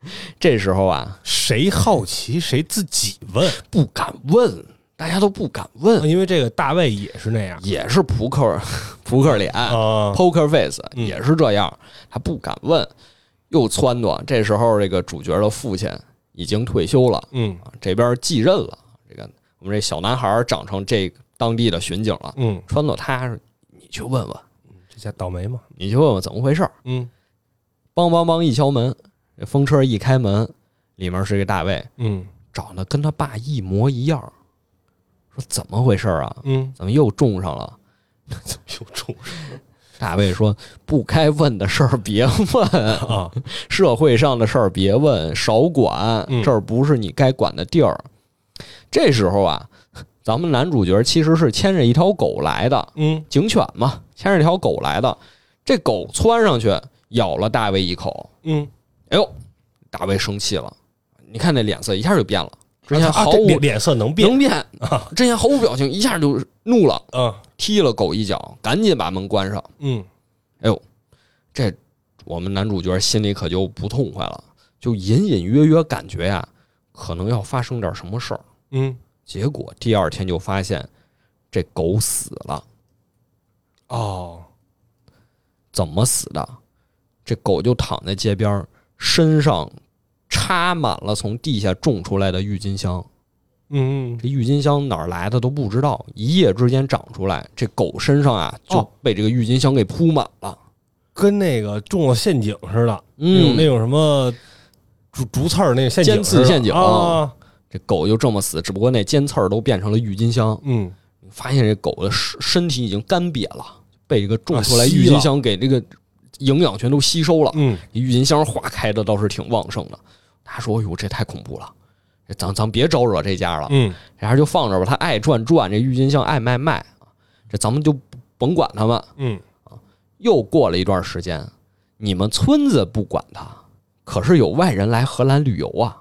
Speaker 1: 这时候啊
Speaker 2: 谁好奇谁自己问，
Speaker 1: 不敢问，大家都不敢问，
Speaker 2: 因为这个大卫也是那样
Speaker 1: 也是扑克 扑克脸、
Speaker 2: 啊
Speaker 1: poker face
Speaker 2: 嗯
Speaker 1: 也是这样，他不敢问，又撺掇。这时候这个主角的父亲已经退休了，
Speaker 2: 嗯
Speaker 1: 啊这边继任了，这个我们这小男孩长成这当地的巡警了，
Speaker 2: 嗯，
Speaker 1: 撺掇他说你去问问，
Speaker 2: 这叫倒霉嘛，
Speaker 1: 你去问问怎么回事儿。
Speaker 2: 嗯
Speaker 1: 梆梆梆一敲门，这风车一开门，里面是一个大卫，
Speaker 2: 嗯
Speaker 1: 长得跟他爸一模一样。说怎么回事儿啊？
Speaker 2: 嗯，
Speaker 1: 怎么又中上了？
Speaker 2: 怎么又重视
Speaker 1: 大卫说：“不该问的事儿别问，
Speaker 2: 啊？
Speaker 1: 社会上的事儿别问，少管
Speaker 2: 嗯，
Speaker 1: 这儿不是你该管的地儿。这时候啊，咱们男主角其实是牵着一条狗来的，
Speaker 2: 嗯
Speaker 1: 警犬嘛，牵着一条狗来的。这狗窜上去咬了大卫一口，
Speaker 2: 嗯，
Speaker 1: 哎呦，大卫生气了，你看那脸色一下就变了，之前
Speaker 2: 啊
Speaker 1: 毫
Speaker 2: 这
Speaker 1: 无、
Speaker 2: 脸脸色能变
Speaker 1: 能变，之前毫无表情，一下就怒了，
Speaker 2: 啊？
Speaker 1: 踢了狗一脚，赶紧把门关上。
Speaker 2: 嗯
Speaker 1: 哎这我们男主角心里可就不痛快了，就隐隐约约感觉呀、可能要发生点什么事儿。
Speaker 2: 嗯
Speaker 1: 结果第二天就发现这狗死了，
Speaker 2: 哦，
Speaker 1: 怎么死的？这狗就躺在街边儿，身上插满了从地下种出来的郁金香。
Speaker 2: 嗯
Speaker 1: 这郁金香哪儿来的都不知道，一夜之间长出来。这狗身上啊就
Speaker 2: 哦
Speaker 1: 被这个郁金香给铺满了。
Speaker 2: 跟那个中了陷阱似的，那种
Speaker 1: 嗯
Speaker 2: 哎那，种什么竹竹刺儿那个陷阱
Speaker 1: 尖
Speaker 2: 似
Speaker 1: 刺
Speaker 2: 的，
Speaker 1: 陷阱
Speaker 2: 啊，
Speaker 1: 这狗就这么死，只不过那尖刺儿都变成了郁金香。
Speaker 2: 嗯，
Speaker 1: 发现这狗的身身体已经干瘪了，被这个种出来
Speaker 2: 啊吸
Speaker 1: 郁金香给这个营养全都吸收了。
Speaker 2: 嗯
Speaker 1: 郁金香花开的倒是挺旺盛的。他说：“哎呦，这太恐怖了，这咱咱别招惹这家了，
Speaker 2: 嗯
Speaker 1: 然后就放着吧。他爱转转，这郁金香爱卖卖，这咱们就甭管他们。”
Speaker 2: 嗯，
Speaker 1: 又过了一段时间，你们村子不管他，可是有外人来荷兰旅游 啊。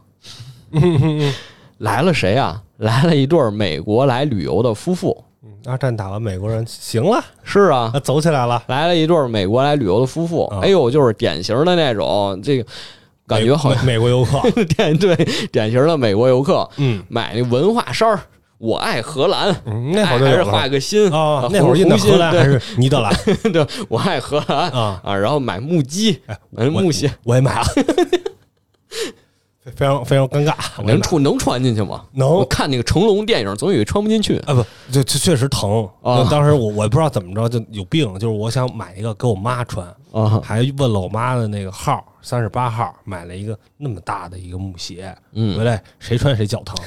Speaker 1: 来了谁啊？来了一对儿美国来旅游的夫妇。
Speaker 2: 嗯二战打完，美国人行了，
Speaker 1: 是啊
Speaker 2: 啊，，走起来了，
Speaker 1: 来了一对儿美国来旅游的夫妇
Speaker 2: 啊。
Speaker 1: 哎呦，就是典型的那种，这个感觉好像
Speaker 2: 美美国游 客，
Speaker 1: 典对典型的美国游客，
Speaker 2: 嗯
Speaker 1: 买那文化衫儿。我爱荷兰，哎
Speaker 2: 嗯，那会儿就
Speaker 1: 还是
Speaker 2: 有
Speaker 1: 画
Speaker 2: 了。
Speaker 1: 个心
Speaker 2: 啊，那会儿
Speaker 1: 红
Speaker 2: 印的
Speaker 1: 心
Speaker 2: 荷兰还
Speaker 1: 对
Speaker 2: 是 尼德兰
Speaker 1: 对，我爱荷兰
Speaker 2: 啊？哎
Speaker 1: 啊，然后买木屐，嗯
Speaker 2: 我
Speaker 1: 木鞋，
Speaker 2: 我也买 了，非常非常尴尬，我也
Speaker 1: 能
Speaker 2: 买哦了
Speaker 1: 穿能穿进去吗？我
Speaker 2: 能
Speaker 1: 看那个成龙电影，总有一穿不进去。
Speaker 2: 啊不，这这确实疼。
Speaker 1: 啊
Speaker 2: 当时我我也不知道怎么着就有病，就是我想买一个给我妈穿，
Speaker 1: 啊，
Speaker 2: 还问了我妈的那个号，三十八号，买了一个那么大的一个木鞋，回
Speaker 1: 嗯，
Speaker 2: 来谁穿谁 脚疼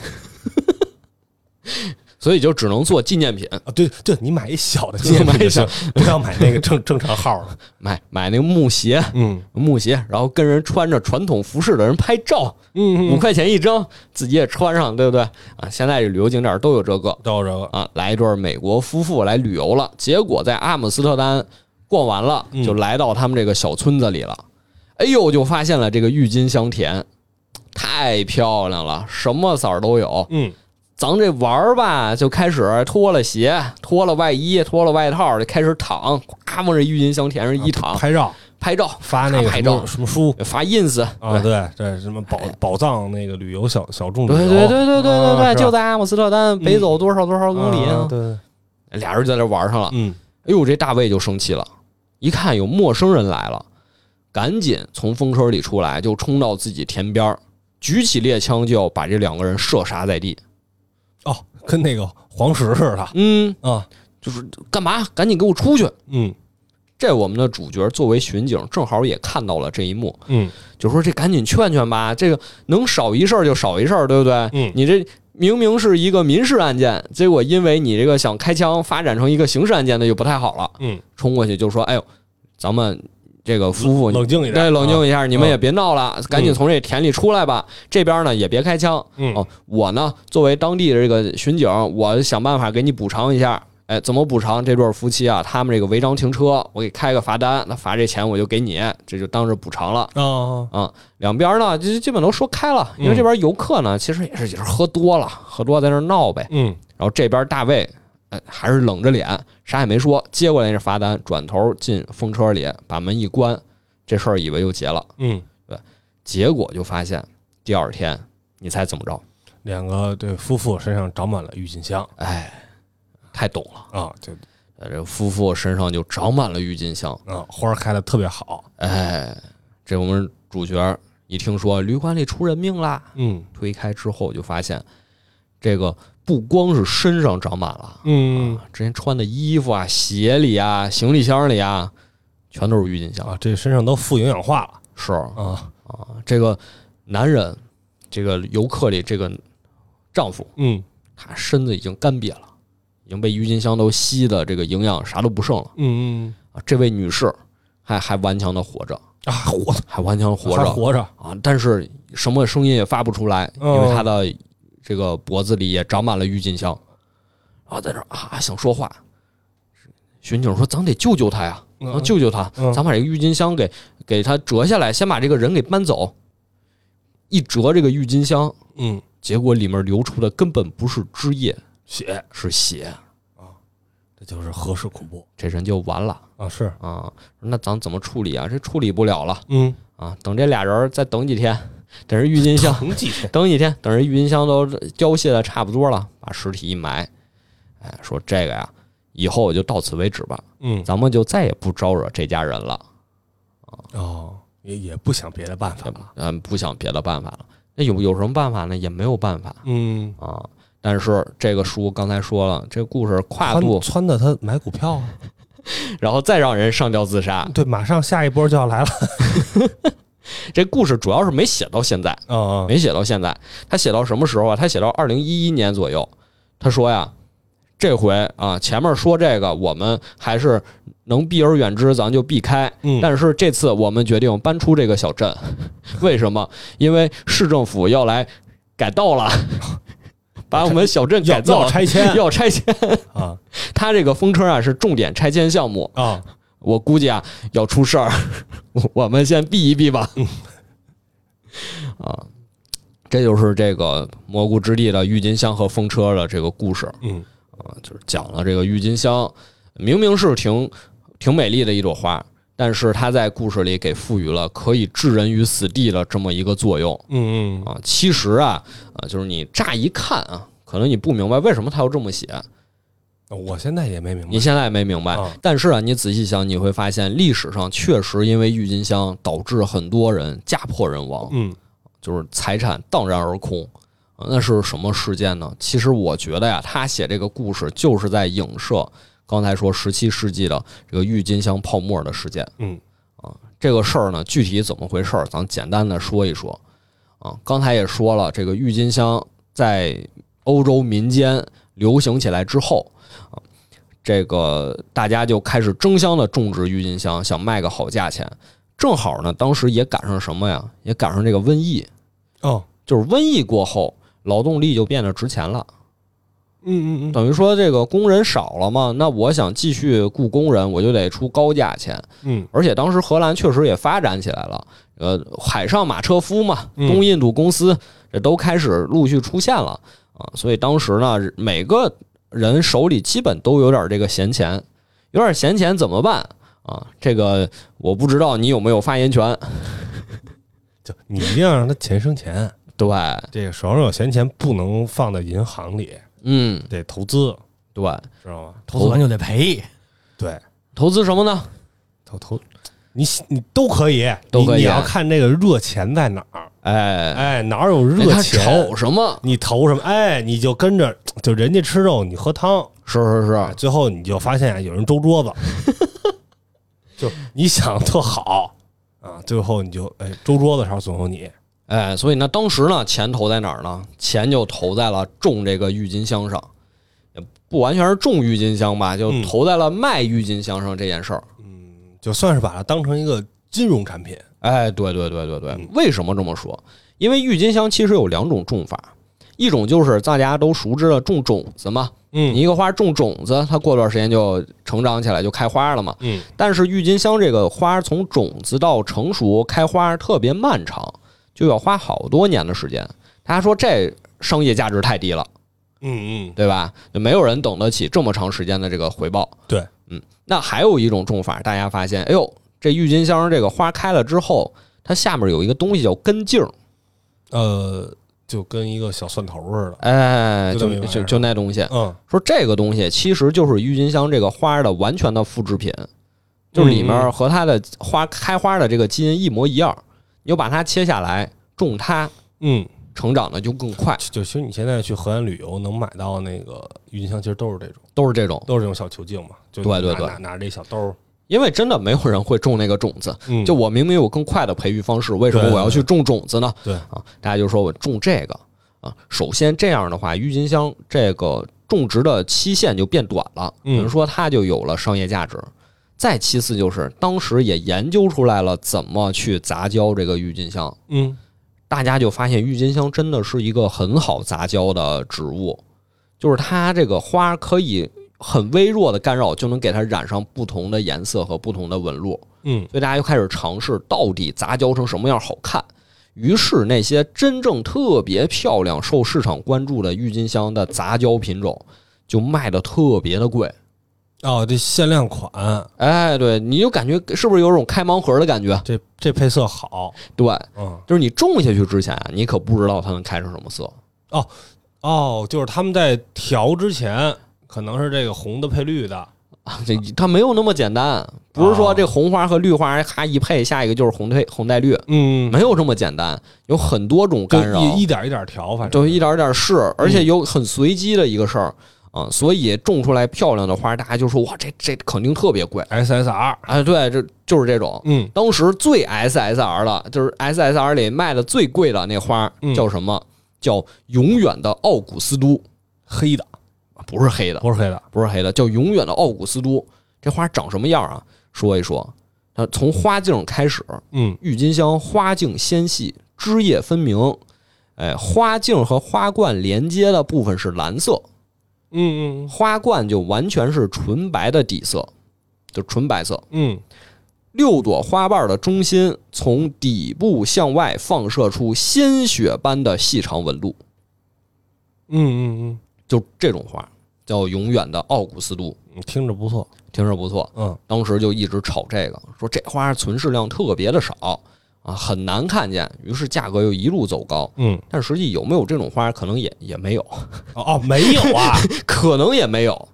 Speaker 1: 所以就只能做纪念品，
Speaker 2: 啊！对对，你买一小的纪念
Speaker 1: 买一
Speaker 2: 品就行，不要买那个正正常号的。
Speaker 1: 买买那个木鞋，
Speaker 2: 嗯
Speaker 1: 木鞋，然后跟人穿着传统服饰的人拍照，
Speaker 2: 嗯
Speaker 1: 五块钱一张，自己也穿上，对不对？啊，现在这旅游景点都有这个
Speaker 2: 到这个
Speaker 1: 啊，来一对美国夫妇来旅游了，结果在阿姆斯特丹逛完了，
Speaker 2: 嗯
Speaker 1: 就来到他们这个小村子里了。哎呦，就发现了这个郁金香田，太漂亮了，什么色儿都有。
Speaker 2: 嗯
Speaker 1: 咱这玩儿吧，就开始脱了鞋，脱了外衣，脱了外套，就开始躺，咵往这郁金香田上一躺，
Speaker 2: 啊拍照
Speaker 1: 拍照
Speaker 2: 发那个
Speaker 1: 拍啊
Speaker 2: 什
Speaker 1: 照
Speaker 2: 么什么书
Speaker 1: 发 ins
Speaker 2: 啊？对对，什么宝宝藏那个旅游小小众旅
Speaker 1: 对
Speaker 2: 游，
Speaker 1: 对对对对对
Speaker 2: 啊
Speaker 1: 对，
Speaker 2: 是吧
Speaker 1: 就在阿姆斯特丹北走多少多少公里
Speaker 2: 啊
Speaker 1: 啊，
Speaker 2: 对对，
Speaker 1: 俩人就在这玩上了。
Speaker 2: 嗯
Speaker 1: 哎呦，这大卫就生气了，一看有陌生人来了，赶紧从风车里出来，就冲到自己田边儿，举起猎枪就要把这两个人射杀在地。
Speaker 2: 哦，跟那个黄石似的
Speaker 1: 嗯，
Speaker 2: 啊，
Speaker 1: 就是干嘛？赶紧给我出去！
Speaker 2: 嗯
Speaker 1: 这我们的主角作为巡警，正好也看到了这一幕，
Speaker 2: 嗯
Speaker 1: 就说这赶紧劝劝吧，这个能少一事儿就少一事儿，对不对？
Speaker 2: 嗯
Speaker 1: 你这明明是一个民事案件，结果因为你这个想开枪发展成一个刑事案件，那就不太好了。
Speaker 2: 嗯，
Speaker 1: 冲过去就说：“哎呦，咱们这个夫妇，
Speaker 2: 冷静一点，
Speaker 1: 对，冷静
Speaker 2: 啊，
Speaker 1: 一下，你们也别闹了，赶紧从这田里出来吧。这边呢也别开枪
Speaker 2: 嗯
Speaker 1: 哦。我呢作为当地的这个巡警，我想办法给你补偿一下。哎，怎么补偿这对夫妻啊？他们这个违章停车，我给开个罚单，那罚这钱我就给你，这就当是补偿了。
Speaker 2: 哦，
Speaker 1: 啊、两边呢就基本都说开了，因为这边游客呢其实也是也是喝多了，喝多在那儿闹呗。
Speaker 2: 嗯，
Speaker 1: 然后这边大卫，呃，还是冷着脸，啥也没说，接过来那罚单，转头进风车里，把门一关，这事儿以为就结了。
Speaker 2: 嗯，
Speaker 1: 结果就发现第二天，你猜怎么着？
Speaker 2: 两个对夫妇身上长满了郁金香
Speaker 1: 哎，太懂了，
Speaker 2: 啊，就
Speaker 1: 呃这夫妇身上就长满了郁金香。
Speaker 2: 啊花儿开的特别好，
Speaker 1: 哎，这我们主角一听说旅馆里出人命啦，
Speaker 2: 嗯
Speaker 1: 推开之后就发现，这个不光是身上长满了，
Speaker 2: 嗯
Speaker 1: 之前穿的衣服啊、鞋里啊、行李箱里啊，全都是郁金香。
Speaker 2: 啊，这身上都富营养化了
Speaker 1: 是啊，
Speaker 2: 啊，
Speaker 1: 这个男人，这个游客里这个丈夫，
Speaker 2: 嗯
Speaker 1: 他身子已经干瘪了，已经被郁金香都吸的这个营养啥都不剩了
Speaker 2: 嗯
Speaker 1: 啊。这位女士还还顽强的活着，
Speaker 2: 嗯啊，活
Speaker 1: 还顽强地活
Speaker 2: 还
Speaker 1: 着
Speaker 2: 活着，
Speaker 1: 啊，但是什么声音也发不出来，因
Speaker 2: 哦
Speaker 1: 为她的这个脖子里也长满了郁金香，然后在这儿啊想说话。巡警说：“咱得救救他呀，
Speaker 2: 嗯
Speaker 1: 啊救救他！
Speaker 2: 嗯
Speaker 1: 咱把这个郁金香给给他折下来，先把这个人给搬走。一折这个郁金香，
Speaker 2: 嗯
Speaker 1: 结果里面流出的根本不是汁液，
Speaker 2: 血，
Speaker 1: 是血，
Speaker 2: 这就是何氏恐怖
Speaker 1: 这人就完了
Speaker 2: 啊，是
Speaker 1: 啊！那咱怎么处理啊？这处理不了了
Speaker 2: 嗯，
Speaker 1: 啊！等这俩人儿再等几天，等人郁金香
Speaker 2: 成绩是
Speaker 1: 等几天，等人郁金香都凋谢的差不多了，把尸体一埋。哎，说这个呀，以后我就到此为止吧，
Speaker 2: 嗯
Speaker 1: 咱们就再也不招惹这家人了，
Speaker 2: 哦，也也不想别的办法
Speaker 1: 对
Speaker 2: 了，
Speaker 1: 吧？嗯，不想别的办法了。那有有什么办法呢？也没有办法
Speaker 2: 嗯，
Speaker 1: 啊。但是这个书刚才说了，这故事跨
Speaker 2: 撺
Speaker 1: 度，
Speaker 2: 撺掇他买股票啊，
Speaker 1: 然后再让人上吊自杀。
Speaker 2: 对，马上下一波就要来了
Speaker 1: 这故事主要是没写到现在，
Speaker 2: 啊，
Speaker 1: 没写到现在。他写到什么时候啊？他写到二零一一年左右。他说呀，这回啊，前面说这个，我们还是能避而远之，咱就避开。
Speaker 2: 嗯
Speaker 1: 但是这次我们决定搬出这个小镇， 为什么？因为市政府要来改道了，把我们小镇
Speaker 2: 要
Speaker 1: 改造
Speaker 2: 要拆迁
Speaker 1: 要拆迁。
Speaker 2: 啊
Speaker 1: 他这个风车啊是重点拆迁项目，
Speaker 2: 啊，
Speaker 1: 我估计啊要出事儿，我我们先避一避吧。啊，这就是这个蘑菇之地的郁金香和风车的这个故事
Speaker 2: 嗯
Speaker 1: 啊，就是讲了这个郁金香明明是挺挺美丽的一朵花，但是它在故事里给赋予了可以置人于死地的这么一个作用
Speaker 2: 嗯嗯
Speaker 1: 啊。其实啊啊，就是你乍一看啊，可能你不明白为什么它要这么写，
Speaker 2: 哦我现在也没明白
Speaker 1: 你现在没明白
Speaker 2: 啊，
Speaker 1: 但是啊，你仔细想，你会发现历史上确实因为郁金香导致很多人家破人亡，
Speaker 2: 嗯
Speaker 1: 就是财产荡然而空。啊那是什么事件呢？其实我觉得呀，他写这个故事就是在影射刚才说十七世纪的这个郁金香泡沫的事件。
Speaker 2: 嗯
Speaker 1: 这个事儿呢，具体怎么回事儿，咱简单的说一说。啊，刚才也说了，这个郁金香在欧洲民间流行起来之后，啊，这个大家就开始争相的种植郁金香，想卖个好价钱。正好呢，当时也赶上什么呀？也赶上这个瘟疫，
Speaker 2: 哦
Speaker 1: 就是瘟疫过后，劳动力就变得值钱了。
Speaker 2: 嗯嗯嗯
Speaker 1: 等于说这个工人少了嘛，那我想继续雇工人，我就得出高价钱。
Speaker 2: 嗯
Speaker 1: 而且当时荷兰确实也发展起来了，呃，海上马车夫嘛，
Speaker 2: 嗯
Speaker 1: 东印度公司这都开始陆续出现了啊，所以当时呢，每个人手里基本都有点这个闲钱，有点闲钱怎么办啊？这个我不知道你有没有发言权，
Speaker 2: 就你一定要让他钱生钱，
Speaker 1: 对，
Speaker 2: 这个手上有闲钱不能放在银行里，
Speaker 1: 嗯，
Speaker 2: 得投资，
Speaker 1: 对，
Speaker 2: 知道吗？
Speaker 3: 投资完就得赔，
Speaker 2: 对，
Speaker 1: 投资什么呢？
Speaker 2: 投投，你你都可以，
Speaker 1: 都可以啊
Speaker 2: 你，你要看这个热钱在哪儿，
Speaker 1: 哎，
Speaker 2: 哎，哪儿有
Speaker 1: 哎
Speaker 2: 热
Speaker 1: 他
Speaker 2: 钱
Speaker 1: 炒，什么？
Speaker 2: 你投什么，哎，你就跟着，就人家吃肉，你喝汤，
Speaker 1: 是是是，
Speaker 2: 最后你就发现有人周桌子， 就你想特好啊，最后你就哎周桌子上总有你，
Speaker 1: 哎，所以呢，当时呢，钱投在哪儿呢？钱就投在了种这个郁金香上，也不完全是种郁金香吧，就
Speaker 2: 嗯
Speaker 1: 投在了卖郁金香上这件事儿。
Speaker 2: 嗯，就算是把它当成一个金融产品，
Speaker 1: 哎，对对对对对
Speaker 2: 嗯，
Speaker 1: 为什么这么说？因为郁金香其实有两种种法，一种就是大家都熟知的种种子嘛，
Speaker 2: 嗯
Speaker 1: 你一个花种种子，它过段时间就成长起来，就开花了嘛。
Speaker 2: 嗯，
Speaker 1: 但是郁金香这个花从种子到成熟开花特别漫长，就要花好多年的时间。大家说这商业价值太低了，
Speaker 2: 嗯嗯，
Speaker 1: 对吧？就没有人等得起这么长时间的这个回报。
Speaker 2: 对，
Speaker 1: 嗯，那还有一种种法，大家发现，哎呦，这郁金香这个花开了之后，它下面有一个东西叫根茎儿，
Speaker 2: 呃，就跟一个小蒜头似的，
Speaker 1: 哎，
Speaker 2: 就
Speaker 1: 就
Speaker 2: 那玩意儿
Speaker 1: 就就那东西，
Speaker 2: 嗯，
Speaker 1: 说这个东西其实就是郁金香这个花的完全的复制品，就是里面和它的花开花的这个基因一模一样，你就把它切下来种它，
Speaker 2: 嗯，
Speaker 1: 成长的就更快，
Speaker 2: 就就其实你现在去河岸旅游能买到那个郁金香，其实都是这种，
Speaker 1: 都是这种。
Speaker 2: 都是这种小球茎嘛，就
Speaker 1: 对对
Speaker 2: 拿
Speaker 1: 对
Speaker 2: 拿拿着这小兜儿，
Speaker 1: 因为真的没有人会种那个种子，
Speaker 2: 嗯，
Speaker 1: 就我明明有更快的培育方式，为什么
Speaker 2: 对
Speaker 1: 我要去种种子呢？
Speaker 2: 对
Speaker 1: 啊，大家就说我种这个啊。首先这样的话，郁金香这个种植的期限就变短了，
Speaker 2: 嗯
Speaker 1: 等于说它就有了商业价值。再其次就是当时也研究出来了怎么去杂交这个郁金香，
Speaker 2: 嗯
Speaker 1: 大家就发现郁金香真的是一个很好杂交的植物，就是它这个花可以很微弱的干扰就能给它染上不同的颜色和不同的纹路。
Speaker 2: 嗯
Speaker 1: 所以大家就开始尝试到底杂交成什么样好看。于是那些真正特别漂亮、受市场关注的郁金香的杂交品种，就卖的特别的贵。
Speaker 2: 哦，这限量款，
Speaker 1: 哎，对，你就感觉是不是有种开盲盒的感觉？
Speaker 2: 这这配色好，
Speaker 1: 对，
Speaker 2: 嗯，
Speaker 1: 就是你种下去之前，啊你可不知道它能开成什么色。
Speaker 2: 哦，就是他们在调之前，可能是这个红的配绿的，
Speaker 1: 啊这它没有那么简单，不是说这红花和绿花咔一配，下一个就是红配红带绿，
Speaker 2: 嗯，
Speaker 1: 没有这么简单，有很多种
Speaker 2: 就
Speaker 1: 干扰。
Speaker 2: 一一点一点调，反正
Speaker 1: 就一点儿一点儿试，而
Speaker 2: 嗯
Speaker 1: 且有很随机的一个事儿啊，所以种出来漂亮的花，大家就说哇，这这肯定特别贵
Speaker 2: SSR，
Speaker 1: 啊！对，这就是这种。
Speaker 2: 嗯
Speaker 1: 当时最 SSR 的，就是 SSR 里卖的最贵的那花
Speaker 2: 嗯
Speaker 1: 叫什么？叫永远的奥古斯都，啊
Speaker 2: 黑的，
Speaker 1: 不是黑的，
Speaker 2: 不是黑的，
Speaker 1: 不是黑的，叫永远的奥古斯都。这花长什么样啊？说一说，它从花茎开始，
Speaker 2: 嗯
Speaker 1: 郁金香花茎纤细，枝叶分明。哎，花茎和花冠连接的部分是蓝色，
Speaker 2: 嗯嗯
Speaker 1: 花冠就完全是纯白的底色，就纯白色。
Speaker 2: 嗯，
Speaker 1: 六朵花瓣的中心从底部向外放射出鲜血般的细长纹路，
Speaker 2: 嗯嗯
Speaker 1: 就这种花叫永远的奥古斯都，
Speaker 2: 嗯，听着不错，
Speaker 1: 听着不错。
Speaker 2: 嗯
Speaker 1: 当时就一直炒这个，说这花存世量特别的少啊，很难看见，于是价格又一路走高。
Speaker 2: 嗯，
Speaker 1: 但实际有没有这种花，可能也也没有，
Speaker 2: 哦哦，没有啊，
Speaker 1: 可能也没有，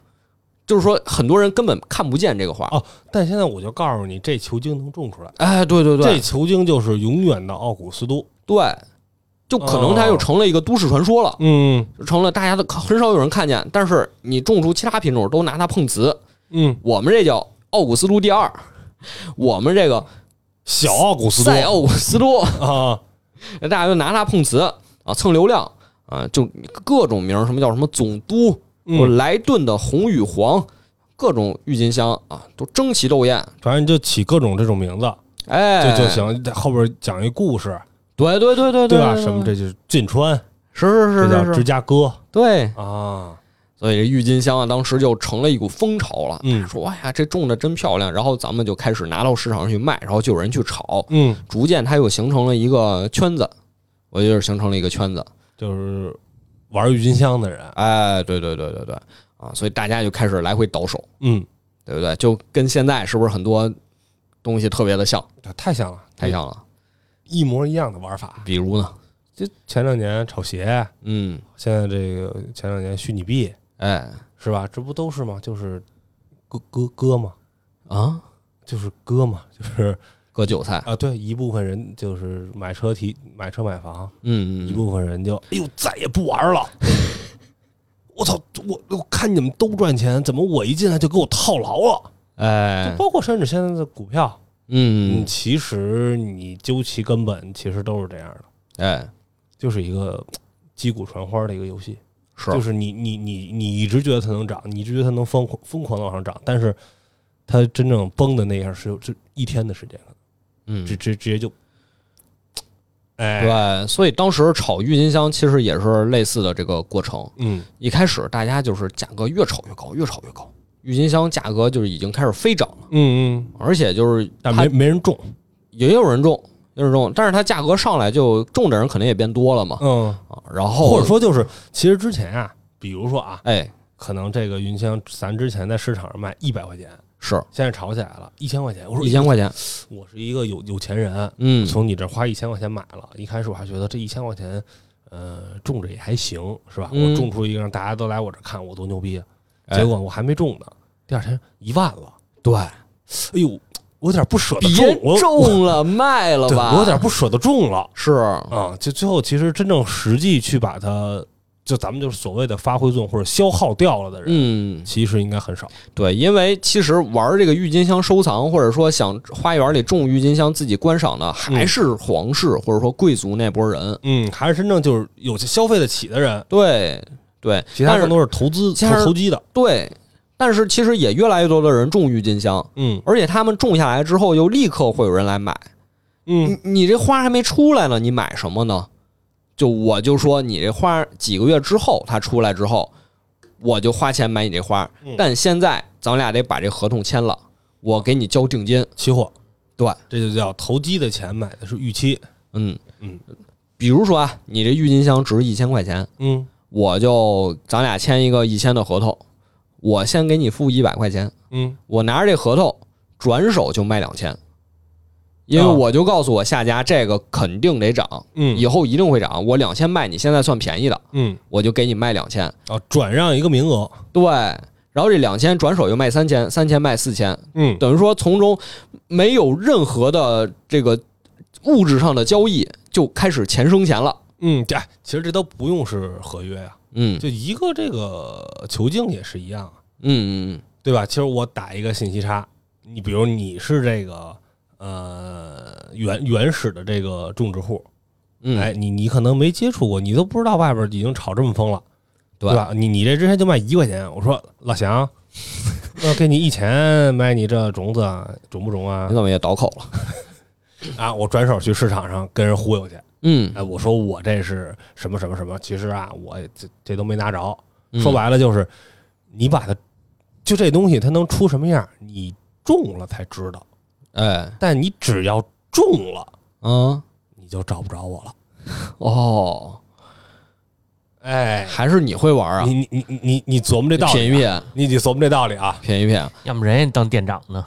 Speaker 1: 就是说很多人根本看不见这个花。
Speaker 2: 哦，但现在我就告诉你，这球茎能种出来，
Speaker 1: 哎，对对
Speaker 2: 这
Speaker 1: 对，
Speaker 2: 球茎就是永远的奥古斯都，
Speaker 1: 对，就可能它又成了一个都市传说了，
Speaker 2: 嗯
Speaker 1: 就成了大家都很少有人看见。但是你种出其他品种都拿它碰瓷，
Speaker 2: 嗯，
Speaker 1: 我们这叫奥古斯都第二，我们这个
Speaker 2: 小奥古斯都
Speaker 1: 赛奥古斯都。
Speaker 2: 啊，
Speaker 1: 大家就拿它碰瓷啊，蹭流量啊，就各种名儿，什么叫什么总督，我
Speaker 2: 嗯，
Speaker 1: 莱顿的红与黄，各种郁金香啊，都争奇斗艳，
Speaker 2: 反正就起各种这种名字
Speaker 1: 哎，
Speaker 2: 就就。行，后边讲一故事，
Speaker 1: 对对对对
Speaker 2: 对吧？
Speaker 1: 对，
Speaker 2: 什么这就是晋川，
Speaker 1: 是是是
Speaker 2: 这叫
Speaker 1: 是
Speaker 2: 芝
Speaker 1: 是，
Speaker 2: 加哥
Speaker 1: 对，
Speaker 2: 啊，
Speaker 1: 所以郁金香啊，当时就成了一股风潮了。
Speaker 2: 嗯
Speaker 1: 说哎呀，这种的真漂亮，然后咱们就开始拿到市场上去卖，然后就有人去炒，
Speaker 2: 嗯，
Speaker 1: 逐渐它又形成了一个圈子，我觉得是形成了一个圈子。
Speaker 2: 就是玩郁金香的人，
Speaker 1: 哎，对对对对对，啊，所以大家就开始来回倒手，
Speaker 2: 嗯，
Speaker 1: 对不对？就跟现在是不是很多东西特别的像，
Speaker 2: 太像了，
Speaker 1: 太像了？
Speaker 2: 嗯一模一样的玩法。
Speaker 1: 比如呢，
Speaker 2: 就前两年炒鞋，
Speaker 1: 嗯，
Speaker 2: 现在这个前两年虚拟币
Speaker 1: 哎
Speaker 2: 是吧？这不都是吗？就是割割割嘛，嗯
Speaker 1: 啊，嗯
Speaker 2: 就是割嘛，就是
Speaker 1: 割韭菜，
Speaker 2: 啊，对，一部分人就是买车提买车买房，
Speaker 1: 嗯
Speaker 2: 一
Speaker 1: 嗯，
Speaker 2: 部分人就哎呦再也不玩了。 我操！我我看你们都赚钱，怎么我一进来就给我套牢了？就
Speaker 1: 哎，
Speaker 2: 包括甚至现在的股票，嗯，
Speaker 1: 嗯，
Speaker 2: 其实你究其根本，其实都是这样的，
Speaker 1: 哎，
Speaker 2: 就是一个嘖击鼓传花的一个游戏，
Speaker 1: 是
Speaker 2: 就是你你你你一直觉得它能涨，你一直觉得它能疯狂疯狂的往上涨，但是它真正崩的那一下是有这一天的时间，
Speaker 1: 嗯
Speaker 2: 直直直接就嘖哎，
Speaker 1: 对，所以当时炒郁金香其实也是类似的这个过程。
Speaker 2: 嗯，
Speaker 1: 一开始大家就是价格越炒越高，越炒越高，郁金香价格就是已经开始飞涨了，
Speaker 2: 嗯嗯，
Speaker 1: 而且就是
Speaker 2: 但
Speaker 1: 它
Speaker 2: 没没人种，
Speaker 1: 也有人种，也有人种，但是它价格上来就种的人肯定也变多了嘛。
Speaker 2: 嗯，
Speaker 1: 啊，然后
Speaker 2: 或者，说就是，其实之前啊，比如说啊，
Speaker 1: 哎，
Speaker 2: 可能这个云香咱之前在市场上卖一百块钱，
Speaker 1: 是
Speaker 2: 现在炒起来了，一千块钱，我说
Speaker 1: 一千，块钱，
Speaker 2: 我是一个有有钱人，啊
Speaker 1: 嗯，
Speaker 2: 从你这儿花一千块钱买了，一开始我还觉得这一千块钱，呃，种着也还行，是吧？
Speaker 1: 嗯
Speaker 2: 我种出一个让大家都来我这儿看我多牛逼，啊
Speaker 1: 哎
Speaker 2: 结果我还没种呢，第二天一万了，
Speaker 1: 对，
Speaker 2: 哎呦，我有点不舍得
Speaker 1: 别
Speaker 2: 种，呃我
Speaker 1: 种了，卖了
Speaker 2: 对，
Speaker 1: 吧，
Speaker 2: 我有点不舍得种了
Speaker 1: 是，
Speaker 2: 啊。就最后其实真正实际去把它，就咱们就是所谓的发挥作用或者消耗掉了的人，
Speaker 1: 嗯，
Speaker 2: 其实应该很少。
Speaker 1: 对，因为其实玩这个郁金香收藏，或者说想花园里种郁金香自己观赏的，还是皇室或者说贵族那波人。
Speaker 2: 嗯，还是真正就是有消费得起的人，
Speaker 1: 对对，
Speaker 2: 其他
Speaker 1: 但
Speaker 2: 人
Speaker 1: 是
Speaker 2: 都是投资
Speaker 1: 其他人
Speaker 2: 投投机的。
Speaker 1: 对，但是其实也越来越多的人种郁金香，
Speaker 2: 嗯
Speaker 1: 而且他们种下来之后，又立刻会有人来买。
Speaker 2: 嗯
Speaker 1: 你你这花还没出来呢，你买什么呢？就我就说，你这花几个月之后它出来之后，我就花钱买你这花
Speaker 2: 嗯。
Speaker 1: 但现在咱们俩得把这合同签了，我给你交定金。
Speaker 2: 期货，
Speaker 1: 对，
Speaker 2: 这就叫投机的钱买的是预期。
Speaker 1: 嗯
Speaker 2: 嗯，
Speaker 1: 比如说啊，你这郁金香值一千块钱，
Speaker 2: 嗯
Speaker 1: 我就咱俩签一个一千的合同，我先给你付一百块钱，
Speaker 2: 嗯
Speaker 1: 我拿着这合同转手就卖两千，因为
Speaker 2: 啊
Speaker 1: 我就告诉我下家这个肯定得涨，
Speaker 2: 嗯
Speaker 1: 以后一定会涨，我两千卖你现在算便宜的，
Speaker 2: 嗯
Speaker 1: 我就给你卖两千，
Speaker 2: 啊，转让一个名额。
Speaker 1: 对，然后这两千转手又卖三千，三千卖四千，
Speaker 2: 嗯
Speaker 1: 等于说从中没有任何的这个物质上的交易，就开始钱生钱了，
Speaker 2: 嗯，这哎其实这都不用是合约呀、
Speaker 1: 嗯
Speaker 2: 就一个这个球径也是一样啊，
Speaker 1: 嗯嗯嗯。
Speaker 2: 对吧？其实我打一个信息差，你比如你是这个呃原原始的这个种植户，
Speaker 1: 嗯，
Speaker 2: 哎，你你可能没接触过，你都不知道外边已经炒这么疯了，
Speaker 1: 对
Speaker 2: 吧？你你这之前就卖一块钱，我说老 祥，我给你一钱买你这种子啊，种不种啊
Speaker 1: 你？怎么也倒口了？
Speaker 2: 啊，我转手去市场上跟人忽悠去，
Speaker 1: 嗯，
Speaker 2: 哎，我说我这是什么什么什么，其实啊，我这这都没拿着。
Speaker 1: 嗯
Speaker 2: 说，白了就是，你把它，就这东西它能出什么样，你种了才知道。
Speaker 1: 哎，
Speaker 2: 但你只要种了，
Speaker 1: 嗯，
Speaker 2: 你就找不着我了。
Speaker 1: 哦，
Speaker 2: 哎，
Speaker 1: 还是你会玩啊？
Speaker 2: 你你你你你琢磨这道
Speaker 1: 品一
Speaker 2: 理、啊，
Speaker 1: 品，
Speaker 2: 你得琢磨这道理啊。
Speaker 1: 品一品。
Speaker 3: 要么人家当店长呢。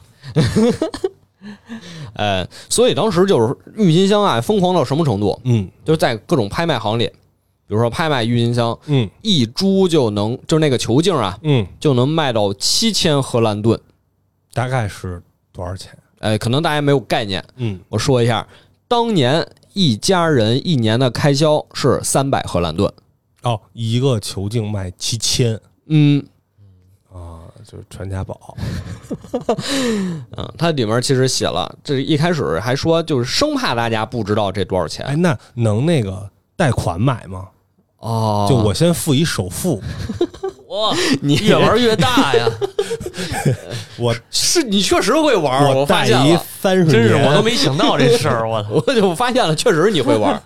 Speaker 1: 哎，所以当时就是郁金香啊，疯狂到什么程度？
Speaker 2: 嗯
Speaker 1: 就是在各种拍卖行里，比如说拍卖郁金香，
Speaker 2: 嗯
Speaker 1: 一株就能，就是那个球茎啊，
Speaker 2: 嗯，
Speaker 1: 就能卖到七千荷兰盾。
Speaker 2: 大概是多少钱？
Speaker 1: 哎，可能大家没有概念，
Speaker 2: 嗯，
Speaker 1: 我说一下，当年一家人一年的开销是三百荷兰盾。
Speaker 2: 哦，一个球径卖七千
Speaker 1: 嗯，
Speaker 2: 啊，就是传家宝。
Speaker 1: 哎嗯，它里面其实写了，这一开始还说就是生怕大家不知道这多少
Speaker 2: 哎，
Speaker 1: 钱
Speaker 2: 那能那个贷款买吗？
Speaker 1: 哦
Speaker 2: 就我先付一首付，
Speaker 3: 哇，
Speaker 1: 你
Speaker 3: 越玩越大呀！
Speaker 2: 我
Speaker 1: 是你确实会玩儿，
Speaker 2: 我
Speaker 1: 发
Speaker 2: 贷
Speaker 1: 现
Speaker 2: 一
Speaker 1: 了，
Speaker 2: 三十年，
Speaker 3: 真是我都没想到这事儿，我操！
Speaker 1: 我就发现了，确实你会玩 儿。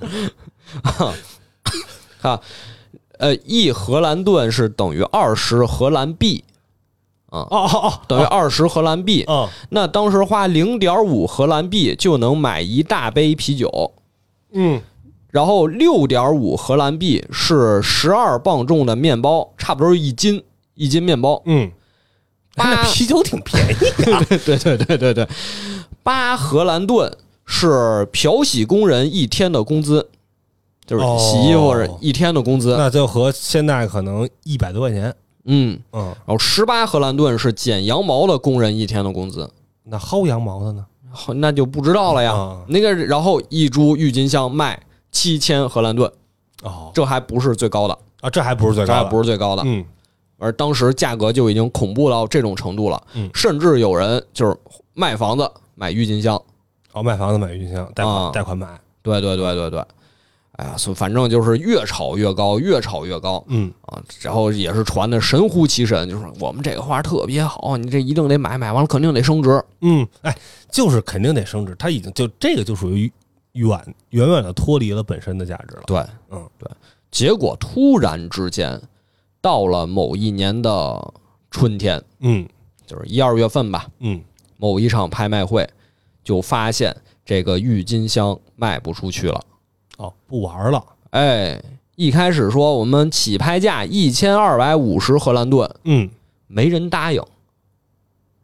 Speaker 1: 啊， 呃，一荷兰盾是等于二十荷兰币，
Speaker 2: 哦哦哦，
Speaker 1: 等于二十荷兰币。
Speaker 2: 嗯
Speaker 1: 那当时花零点五荷兰币就能买一大杯啤酒，
Speaker 2: 嗯
Speaker 1: 然后六点五荷兰币是十二磅重的面包，差不多一斤一斤面包。
Speaker 2: 嗯，哎
Speaker 1: 八
Speaker 2: 那啤酒挺便宜，
Speaker 1: 对对对对对，八荷兰盾是漂洗工人一天的工资，就是洗衣服是一天的工资。
Speaker 2: 那就和现在可能一百多块钱，
Speaker 1: 嗯，
Speaker 2: 嗯，
Speaker 1: 然后十八荷兰盾是剪羊毛的工人一天的工资，
Speaker 2: 那薅羊毛的呢？
Speaker 1: 好那就不知道了呀。
Speaker 2: 啊
Speaker 1: 那个，然后一株郁金香卖七千荷兰盾，
Speaker 2: 哦
Speaker 1: 这还不是最高的，
Speaker 2: 啊，这还不是最
Speaker 1: 这
Speaker 2: 高
Speaker 1: 还
Speaker 2: 的，
Speaker 1: 不是最高的。
Speaker 2: 嗯
Speaker 1: 而当时价格就已经恐怖到这种程度了，
Speaker 2: 嗯
Speaker 1: 甚至有人就是卖房子买郁金香。
Speaker 2: 哦，买房子买郁金香，贷
Speaker 1: 啊
Speaker 2: 款贷款买，
Speaker 1: 对对对对对，哎呀，所以反正就是越炒越高，越炒越高
Speaker 2: 嗯
Speaker 1: 啊！然后也是传的神乎其神，就说我们这个花特别好，你这一定得买，买完了肯定得升值。
Speaker 2: 嗯，哎，就是肯定得升值，它已经就这个就属于远远远的脱离了本身的价值了。
Speaker 1: 对，
Speaker 2: 嗯，
Speaker 1: 对。结果突然之间，到了某一年的春天，
Speaker 2: 嗯
Speaker 1: 就是一二月份吧，
Speaker 2: 嗯，
Speaker 1: 某一场拍卖会，就发现这个郁金香卖不出去了。
Speaker 2: 哦，不玩了。
Speaker 1: 哎，一开始说我们起拍价一千二百五十荷兰盾，
Speaker 2: 嗯
Speaker 1: 没人答应，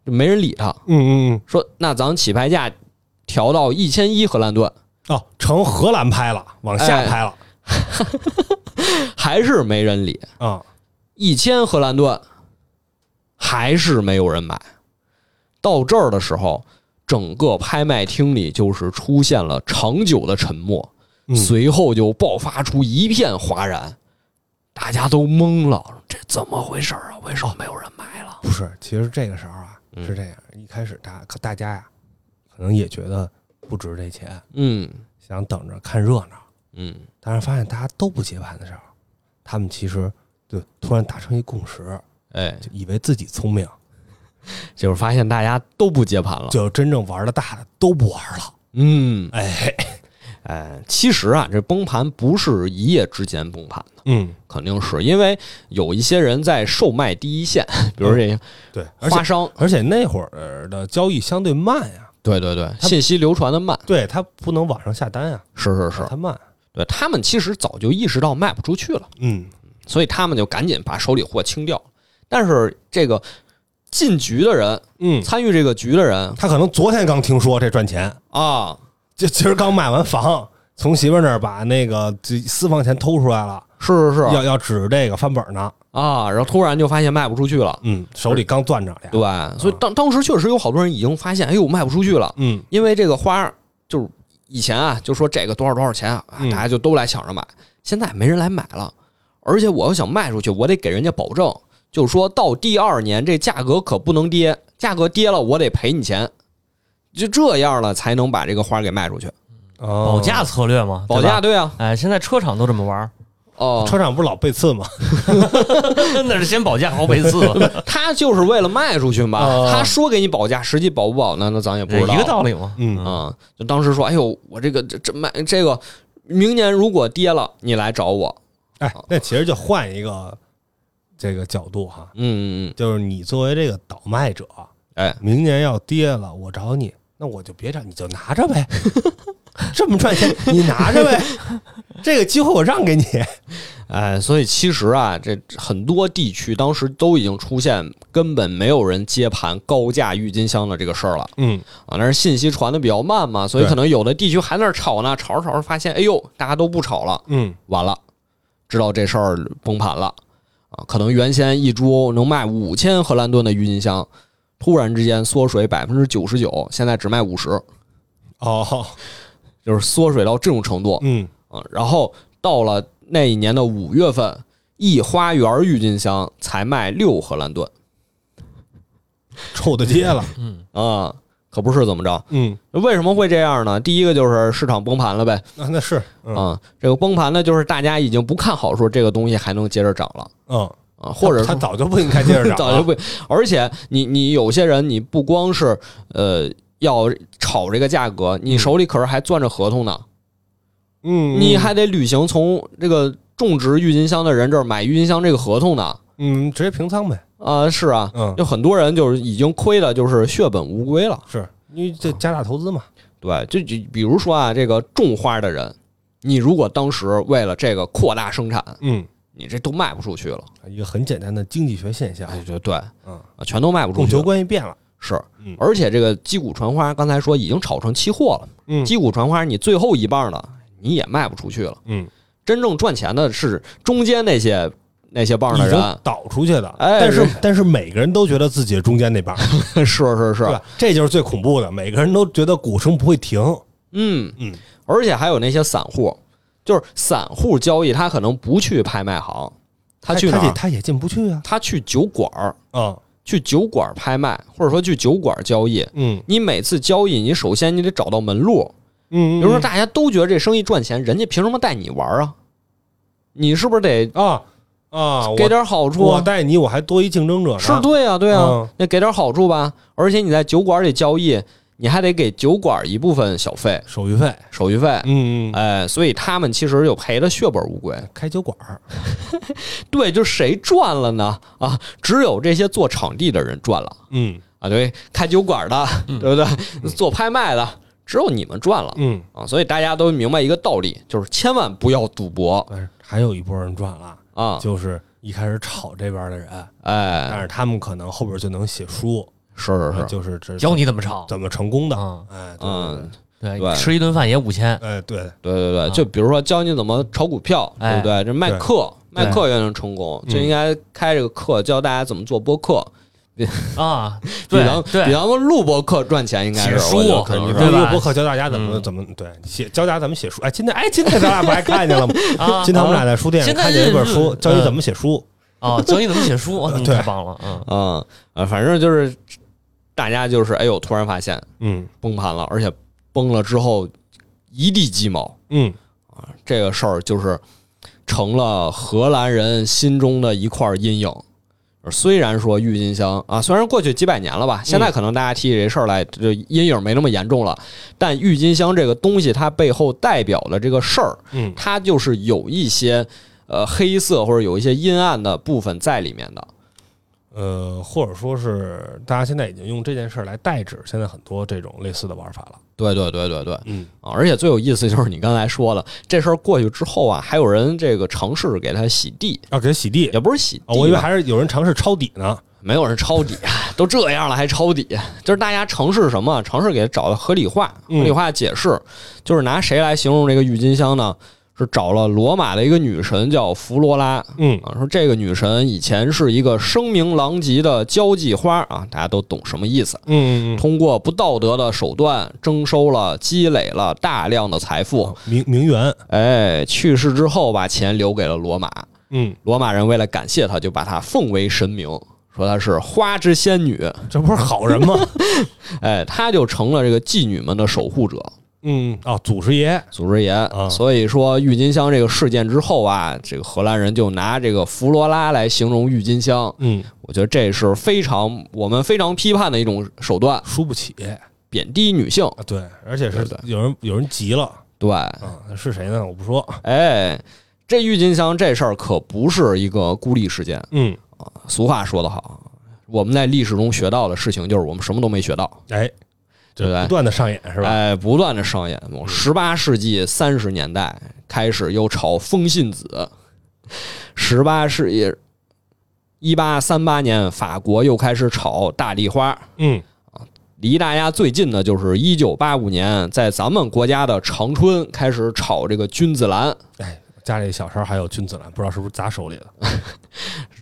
Speaker 1: 就没人理他。
Speaker 2: 嗯嗯
Speaker 1: 说那咱起拍价调到一千一荷兰盾，
Speaker 2: 嗯，哦，成荷兰拍了，往下拍了
Speaker 1: 还是没人理。
Speaker 2: 啊。
Speaker 1: 一千荷兰盾，还是没有人买。到这儿的时候，整个拍卖厅里就是出现了长久的沉默，
Speaker 2: 嗯
Speaker 1: 随后就爆发出一片哗然，大家都懵了，这怎么回事儿啊？为什么没有人买了？
Speaker 2: 不是，其实这个时候啊，
Speaker 1: 嗯
Speaker 2: 是这样，一开始大可大家呀，可能也觉得不值这钱，
Speaker 1: 嗯
Speaker 2: 想等着看热闹，
Speaker 1: 嗯
Speaker 2: 但是发现大家都不接盘的时候，他们其实就突然达成一共识，
Speaker 1: 哎，
Speaker 2: 就以为自己聪明，
Speaker 1: 就是发现大家都不接盘了。
Speaker 2: 就真正玩的大的都不玩了。
Speaker 1: 嗯，
Speaker 2: 哎，
Speaker 1: 哎，其实啊，这崩盘不是一夜之间崩盘的，
Speaker 2: 嗯，
Speaker 1: 肯定是因为有一些人在售卖第一线， 比如这些
Speaker 2: 对，嗯而且
Speaker 1: 花商，
Speaker 2: 而且那会儿的交易相对慢呀，
Speaker 1: 对对对，
Speaker 2: 他
Speaker 1: 信息流传的慢，
Speaker 2: 对，它不能网上下单呀，
Speaker 1: 是是是，
Speaker 2: 它慢。
Speaker 1: 对他们其实早就意识到卖不出去了，
Speaker 2: 嗯
Speaker 1: 所以他们就赶紧把手里货清掉。但是这个进局的人，
Speaker 2: 嗯，
Speaker 1: 参与这个局的人
Speaker 2: 他可能昨天刚听说这赚钱，
Speaker 1: 啊，
Speaker 2: 就今儿刚买完房，从媳妇儿那儿把那个这私房钱偷出来了，
Speaker 1: 是是是
Speaker 2: 要要指着这个翻本呢。
Speaker 1: 啊，然后突然就发现卖不出去了，
Speaker 2: 嗯，手里刚攥着俩。
Speaker 1: 对，所以当当时确实有好多人已经发现，哎呦卖不出去了，
Speaker 2: 嗯
Speaker 1: 因为这个花儿就是以前啊，就说这个多少多少钱啊，啊
Speaker 2: 嗯
Speaker 1: 大家就都来抢着买。现在没人来买了，而且我要想卖出去，我得给人家保证，就是说到第二年这价格可不能跌，价格跌了我得赔你钱，就这样了才能把这个花儿给卖出去。
Speaker 3: 保
Speaker 2: 保
Speaker 3: 价策略嘛，
Speaker 1: 保
Speaker 3: 对吧
Speaker 1: 价。对啊，
Speaker 3: 哎，现在车厂都这么玩儿，
Speaker 1: 哦、
Speaker 2: 车厂不是老背刺吗？
Speaker 3: 那是先保价后背 刺了，
Speaker 1: 哦他就是为了卖出去嘛，
Speaker 2: 哦
Speaker 1: 他说给你保价，实际保不保呢？那咱也不知道。
Speaker 3: 哎一个道理嘛。
Speaker 2: 嗯
Speaker 1: 啊、就当时说，哎呦，我这个这这卖这个，明年如果跌了，你来找我。
Speaker 2: 哎，那其实就换一个这个角度哈，
Speaker 1: 嗯嗯
Speaker 2: 就是你作为这个倒卖者，
Speaker 1: 嗯，哎，
Speaker 2: 明年要跌了，我找你，那我就别找，你就拿着呗。这么赚钱，你拿着呗，这个机会我让给你。
Speaker 1: 哎，所以其实啊，这很多地区当时都已经出现根本没有人接盘高价郁金香的这个事儿了
Speaker 2: 嗯，
Speaker 1: 啊。但是信息传的比较慢嘛，所以
Speaker 2: 对
Speaker 1: 可能有的地区还在那儿吵呢，吵着吵着发现，哎呦，大家都不吵了，
Speaker 2: 嗯，
Speaker 1: 完了，知道这事儿崩盘了啊。可能原先一株能卖五千荷兰盾的郁金香，突然之间缩水百分之九十九，现在只卖五十，
Speaker 2: 哦，
Speaker 1: 就是缩水到这种程度。
Speaker 2: 嗯，
Speaker 1: 啊，然后到了那一年的五月份，一花园郁金香才卖六荷兰盾
Speaker 2: 臭的街了。
Speaker 1: 啊，可不是怎么着？
Speaker 2: 嗯，
Speaker 1: 为什么会这样呢？第一个就是市场崩盘了呗，
Speaker 2: 那那是，嗯
Speaker 1: 啊，这个崩盘呢，就是大家已经不看好说这个东西还能接着涨了
Speaker 2: 嗯，
Speaker 1: 啊，或者
Speaker 2: 他
Speaker 1: 说
Speaker 2: 他早就不应该接 着 涨，
Speaker 1: 早就，不，而且你你有些人你不光是呃要炒这个价格，你手里可是还攥着合同呢，
Speaker 2: 嗯，
Speaker 1: 你还得履行从这个种植郁金香的人这儿买郁金香这个合同呢。
Speaker 2: 嗯，直接平仓呗。
Speaker 1: 啊、是啊，
Speaker 2: 嗯，
Speaker 1: 有很多人就是已经亏的，就是血本无归了。
Speaker 2: 是因为这加大投资嘛。
Speaker 1: 对，就就比如说啊，这个种花的人，你如果当时为了这个扩大生产，
Speaker 2: 嗯，
Speaker 1: 你这都卖不出去了。
Speaker 2: 啊一个很简单的经济学现象，
Speaker 1: 哎，就对，
Speaker 2: 嗯，
Speaker 1: 啊全都卖不出
Speaker 2: 供
Speaker 1: 去
Speaker 2: 求
Speaker 1: 了。
Speaker 2: 关系变了。
Speaker 1: 是
Speaker 2: 嗯，
Speaker 1: 而且这个击鼓传花，刚才说已经炒成期货了。
Speaker 2: 嗯
Speaker 1: 击鼓传花，你最后一棒的你也卖不出去了。
Speaker 2: 嗯，
Speaker 1: 真正赚钱的是中间那些那些棒的人
Speaker 2: 已经。倒出去的，
Speaker 1: 哎
Speaker 2: 但是
Speaker 1: 是
Speaker 2: 但是每啊个人都觉得自己是中间那帮，
Speaker 1: 是是
Speaker 2: 对
Speaker 1: 是，
Speaker 2: 吧？这就是最恐怖的，每个人都觉得股升不会停。
Speaker 1: 嗯，
Speaker 2: 嗯
Speaker 1: 而且还有那些散户，就是散户交易，他可能不去拍卖行，他去哪
Speaker 2: 他也
Speaker 1: 儿？
Speaker 2: 他也进不去啊。
Speaker 1: 他去酒馆儿，
Speaker 2: 啊，
Speaker 1: 去酒馆儿拍卖，或者说去酒馆儿交易。
Speaker 2: 嗯
Speaker 1: 你每次交易，你首先你得找到门路。比
Speaker 2: 嗯，
Speaker 1: 如说，大家都觉得这生意赚钱，人家凭什么带你玩儿啊？你是不是得
Speaker 2: 啊啊，
Speaker 1: 给
Speaker 2: 我
Speaker 1: 点好处
Speaker 2: 我
Speaker 1: 啊？
Speaker 2: 带你，我还多一竞争者呢。
Speaker 1: 是对啊，对啊
Speaker 2: 嗯，
Speaker 1: 那给点好处吧。而且你在酒馆里交易，你还得给酒馆一部分小费、
Speaker 2: 手续费，
Speaker 1: 手续费。
Speaker 2: 嗯，
Speaker 1: 哎，所以他们其实就赔的血本无归。
Speaker 2: 开酒馆儿，
Speaker 1: 对，就谁赚了呢？啊，只有这些做场地的人赚了
Speaker 2: 嗯
Speaker 1: 啊，对，开酒馆的，
Speaker 3: 嗯
Speaker 1: 对不对？做拍卖的，只有你们赚了
Speaker 2: 嗯，
Speaker 1: 啊。所以大家都明白一个道理，就是千万不要赌博
Speaker 2: 但是还有一波人赚了，
Speaker 1: 啊！
Speaker 2: 就是一开始炒这边的人，但
Speaker 1: 哎，
Speaker 2: 是他们可能后边就能写书，
Speaker 1: 是是
Speaker 2: 啊
Speaker 3: 哎
Speaker 1: 是，
Speaker 2: 就是这
Speaker 3: 教你怎么炒。
Speaker 2: 怎么成功的，
Speaker 3: 啊，
Speaker 2: 哎，对
Speaker 1: 嗯，，
Speaker 3: 对
Speaker 1: 对，
Speaker 3: 吃一顿饭也五千
Speaker 2: 对，对哎，对，
Speaker 1: 对对对，就比如说教你怎么炒股票，对
Speaker 3: 啊哎
Speaker 1: 不对？这卖课，
Speaker 3: 对嗯
Speaker 1: 卖课也能成功，就应该开这个课教大家怎么做播客，
Speaker 3: 啊，
Speaker 1: 比
Speaker 3: 对
Speaker 1: 咱比
Speaker 3: 对，
Speaker 1: 咱们录播课赚钱应该是
Speaker 3: 写书
Speaker 1: 我觉得可能
Speaker 2: 你
Speaker 1: 是
Speaker 3: 对
Speaker 2: 录
Speaker 3: 吧
Speaker 2: 播课教大家怎么
Speaker 3: 嗯
Speaker 2: 怎么对写教大家怎么写书，哎，今天哎今天咱俩不还看见了吗？
Speaker 3: 啊
Speaker 2: 今天我们俩在书店
Speaker 3: 现在
Speaker 2: 看见一本
Speaker 3: 是
Speaker 2: 书，教你
Speaker 3: 嗯
Speaker 2: 怎么写书，
Speaker 3: 哦，教你怎么写书，哇你
Speaker 2: 对
Speaker 3: 太棒了，嗯，
Speaker 1: 嗯呃，反正就是大家就是哎呦，突然发现
Speaker 2: 嗯
Speaker 1: 崩盘了，而且崩了之后一地鸡毛，
Speaker 2: 嗯，
Speaker 1: 这个事儿就是成了荷兰人心中的一块阴影。虽然说郁金香啊，虽然过去几百年了吧，现在可能大家提起这事儿来，就阴影没那么严重了。但郁金香这个东西，它背后代表的这个事儿，
Speaker 2: 嗯
Speaker 1: 它就是有一些呃黑色或者有一些阴暗的部分在里面的。
Speaker 2: 呃，或者说是大家现在已经用这件事儿来代指现在很多这种类似的玩法了。
Speaker 1: 对对对对对，
Speaker 2: 嗯
Speaker 1: 啊，而且最有意思就是你刚才说了，这事儿过去之后啊，还有人这个尝试给它洗地，
Speaker 2: 要啊给洗地
Speaker 1: 也不是洗地吧、
Speaker 2: 啊，我以为还是有人尝试抄底呢。
Speaker 1: 没有人抄底，啊都这样了还抄底，就是大家尝试什么？尝试给它找到合理化、合
Speaker 2: 嗯
Speaker 1: 理化解释，就是拿谁来形容这个郁金香呢？是找了罗马的一个女神叫弗罗拉
Speaker 2: 嗯
Speaker 1: 啊，说这个女神以前是一个声名狼藉的交际花啊，大家都懂什么意思。
Speaker 2: 嗯
Speaker 1: 通过不道德的手段征收了、积累了大量的财富，
Speaker 2: 哦名名媛，
Speaker 1: 哎，去世之后把钱留给了罗马，
Speaker 2: 嗯，
Speaker 1: 罗马人为了感谢他，就把他奉为神明，说她是花之仙女。
Speaker 2: 这不是好人吗？
Speaker 1: 哎，她就成了这个妓女们的守护者，
Speaker 2: 嗯啊，祖师爷，
Speaker 1: 祖师爷。
Speaker 2: 啊
Speaker 1: 所以说，郁金香这个事件之后啊，这个荷兰人就拿这个弗罗拉来形容郁金香。
Speaker 2: 嗯，
Speaker 1: 我觉得这是非常我们非常批判的一种手段，
Speaker 2: 输不起啊，
Speaker 1: 贬低女性。
Speaker 2: 对，而且是
Speaker 1: 对对
Speaker 2: 有人有人急了
Speaker 1: 对，
Speaker 2: 啊，是谁呢？我不说，啊
Speaker 1: 哎，这郁金香这事儿可不是一个孤立事件。
Speaker 2: 嗯，
Speaker 1: 俗话说得好，我们在历史中学到的事情就是我们什么都没学到，
Speaker 2: 哎，
Speaker 1: 对不
Speaker 2: 这
Speaker 1: 对
Speaker 2: 不断的上演是吧？嗯
Speaker 1: 哎，不断的上演。十八世纪三十年代开始又炒风信子，十八世纪一八三八年，法国又开始炒大丽花。
Speaker 2: 嗯
Speaker 1: 离大家最近的就是一九八五年，在咱们国家的长春开始炒这个君子兰，
Speaker 2: 家里小时候还有君子兰，不知道是不是砸手里了？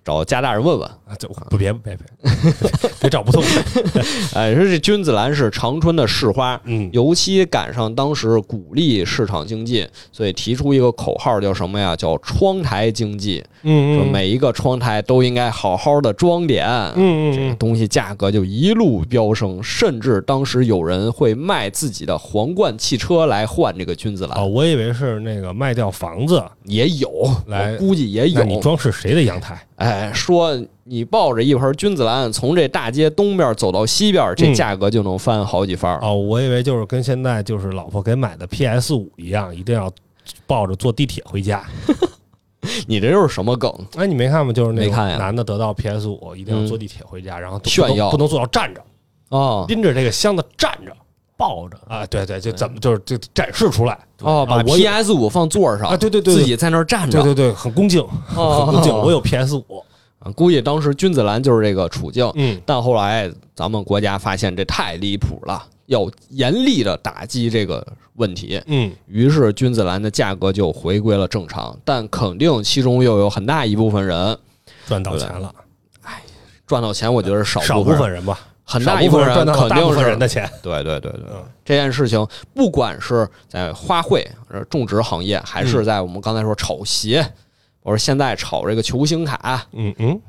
Speaker 1: 找家大人问问。
Speaker 2: 啊，这
Speaker 1: 嗯
Speaker 2: 不别别别别找不痛 快。
Speaker 1: 哎，说这君子兰是长春的市花，
Speaker 2: 嗯
Speaker 1: 尤其赶上当时鼓励市场经济，所以提出一个口号叫什么呀？叫窗台经济，说
Speaker 2: 嗯嗯
Speaker 1: 每一个窗台都应该好好的装点。
Speaker 2: 嗯
Speaker 1: 这个
Speaker 2: 嗯
Speaker 1: 东西价格就一路飙升，甚至当时有人会卖自己的皇冠汽车来换这个哎君子
Speaker 2: 啊，
Speaker 1: 兰，
Speaker 2: 我以为是那个卖掉房子，
Speaker 1: 也有，
Speaker 2: 来
Speaker 1: 我估计也
Speaker 2: 那你
Speaker 1: 有。
Speaker 2: 装饰谁的阳台？
Speaker 1: 哎，说你抱着一盆君子兰从这大街东边走到西边，这
Speaker 2: 嗯
Speaker 1: 价格就能翻好几番儿。
Speaker 2: 哦，我以为就是跟现在就是老婆给买的 PS 五一样，一定要抱着坐地铁回家。
Speaker 1: 你这又是什么梗？
Speaker 2: 哎，你没看嗯吗？就是那
Speaker 1: 没
Speaker 2: 种
Speaker 1: 看呀
Speaker 2: 男的得到 PS 五，一定要坐地铁回家，然后都不
Speaker 1: 炫
Speaker 2: 能
Speaker 1: 耀
Speaker 2: 不能坐到站着，
Speaker 1: 哦
Speaker 2: 拎着这个箱子站着
Speaker 3: 抱着
Speaker 2: 啊！对对，就怎么就是就展示出来
Speaker 1: 哦，把
Speaker 2: 啊我
Speaker 1: PS 五放座上
Speaker 2: 啊对对对对
Speaker 1: 自己在那儿站着，
Speaker 2: 对对对，很恭敬，很
Speaker 1: 哦
Speaker 2: 恭敬。我有 PS 五，
Speaker 1: 啊估计当时君子兰就是这个处境，
Speaker 2: 嗯
Speaker 1: 但后来咱们国家发现这太离谱了，要严厉的打击这个问题，
Speaker 2: 嗯，
Speaker 1: 于是君子兰的价格就回归了正常，但肯定其中又有很大一部分人
Speaker 2: 赚到钱了，
Speaker 1: 赚到钱，我觉得是
Speaker 2: 少
Speaker 1: 部分人，
Speaker 2: 人吧，
Speaker 1: 很
Speaker 2: 少
Speaker 1: 大一
Speaker 2: 部分
Speaker 1: 人
Speaker 2: 赚到
Speaker 1: 肯
Speaker 2: 大部
Speaker 1: 定
Speaker 2: 分
Speaker 1: 是
Speaker 2: 人的钱。
Speaker 1: 对对对对对
Speaker 2: 嗯，
Speaker 1: 这件事情不管是在花卉、呃种植行业，还
Speaker 2: 嗯
Speaker 1: 是在我们刚才说炒鞋，我说现在炒这个球星卡啊、
Speaker 2: 嗯嗯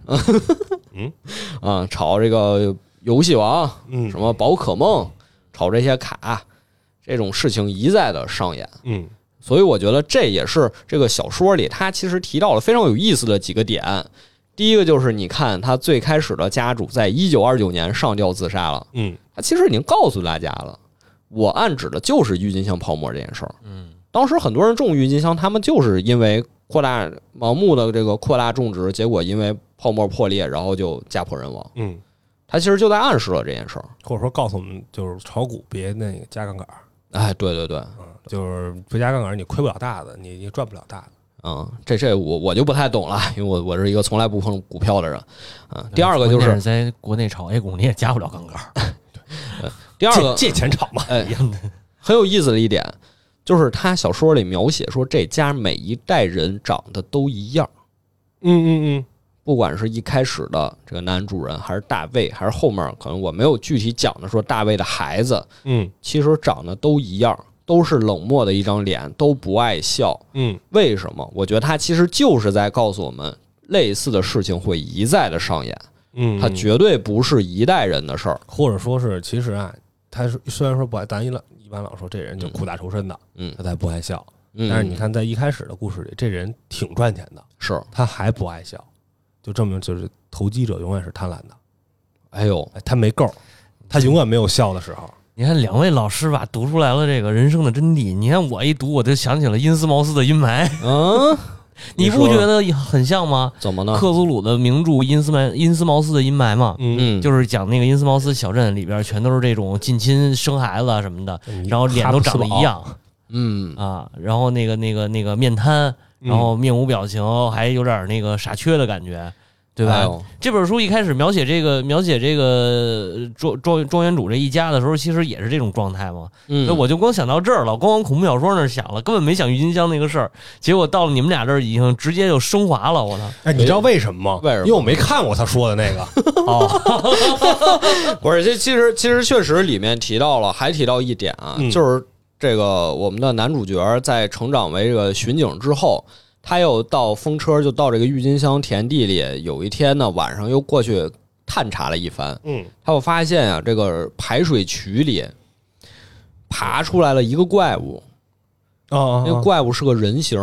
Speaker 1: 炒这个游戏王、
Speaker 2: 嗯
Speaker 1: 什么宝可梦，炒这些卡，这种事情一再的上演。
Speaker 2: 嗯
Speaker 1: 所以我觉得这也是这个小说里他其实提到了非常有意思的几个点。第一个就是你看他最开始的家主在一九二九年上吊自杀了，
Speaker 2: 嗯
Speaker 1: 他啊其实已经告诉大家了，我暗指的就是郁金香泡沫这件事儿。
Speaker 3: 嗯，
Speaker 1: 当时很多人种郁金香，他们就是因为扩大盲目的这个扩大种植，结果因为泡沫破裂，然后就家破人亡。
Speaker 2: 嗯，
Speaker 1: 他其实就在暗示了这件事儿。
Speaker 2: 或者说告诉我们，就是炒股别那个加杠杆儿，
Speaker 1: 哎，对对对，
Speaker 2: 嗯就是不加杠杆儿你亏不了大的，你你赚不了大的。
Speaker 1: 嗯，这这我我就不太懂了，因为我我是一个从来不碰股票的人。啊， 第二个就
Speaker 3: 关键
Speaker 1: 是
Speaker 3: 在国内炒 A 股你也加不了杠杆儿，
Speaker 1: 第二个
Speaker 2: 借借 钱炒嘛，
Speaker 1: 哎
Speaker 2: 一样的。
Speaker 1: 很有意思的一点，就是他小说里描写说，这家每一代人长得都一样。
Speaker 2: 嗯嗯
Speaker 1: 不管是一开始的这个男主人，还是大卫，还是后面可能我没有具体讲的说大卫的孩子，
Speaker 2: 嗯嗯
Speaker 1: 其实长得都一样，都是冷漠的一张脸，都不爱笑。
Speaker 2: 嗯，
Speaker 1: 为什么？我觉得他其实就是在告诉我们，类似的事情会一再的上演，
Speaker 2: 嗯，
Speaker 1: 它绝对不是一代人的事儿。
Speaker 2: 或者说是，其实啊，他是虽然说不爱，咱一老一般老说这人就苦大仇深的，
Speaker 1: 嗯
Speaker 2: 他才不爱笑。
Speaker 1: 嗯，
Speaker 2: 但是你看，在一开始的故事里，这人挺赚钱的，
Speaker 1: 是，
Speaker 2: 他还不爱笑，就证明就是投机者永远是贪婪的，
Speaker 1: 哎呦，
Speaker 2: 哎，他没够，他永远没有笑的时候。
Speaker 3: 你看两位老师吧，读出来了这个人生的真谛。你看我一读，我就想起了因斯茅斯的《阴霾》，
Speaker 1: 嗯，
Speaker 3: 你
Speaker 1: 说嗯
Speaker 3: 不觉得很像吗？
Speaker 1: 怎么呢？
Speaker 3: 克苏鲁的名著《因斯曼因斯茅斯的阴霾》嘛，
Speaker 2: 嗯，
Speaker 1: 嗯，
Speaker 3: 就是讲那个因斯茅斯小镇里边全都是这种近亲生孩子啊什么的，然后脸都长得一，样
Speaker 1: 嗯
Speaker 3: 啊，然后那个那个那个面瘫，然
Speaker 2: 嗯
Speaker 3: 后面无表情，还有点那个傻缺的感觉，对吧？
Speaker 1: 哎呦
Speaker 3: 这本书一开始描写这个描写这个呃庄庄庄园主这一家的时候，其实也是这种状态嘛。
Speaker 1: 嗯
Speaker 3: 所以，我就光想到这儿了，光往恐怖小说那儿想了，根本没想郁金香那个事儿。结果到了你们俩这儿，已经直接就升华了，我操！
Speaker 2: 哎，你知道为什么吗？
Speaker 1: 为什么
Speaker 2: 因为我没看过他说的 那个。
Speaker 3: 哦，
Speaker 1: 不是，这其实其实确实里面提到了，还提到一点啊，
Speaker 2: 嗯
Speaker 1: 就是这个我们的男主角在成长为这个巡警之后，他又到风车，就到这个郁金香田地里，有一天呢晚上又过去探查了一番，
Speaker 2: 嗯
Speaker 1: 他又发现啊，这个排水渠里爬出来了一个怪物，
Speaker 2: 啊
Speaker 1: 那个怪物是个人形，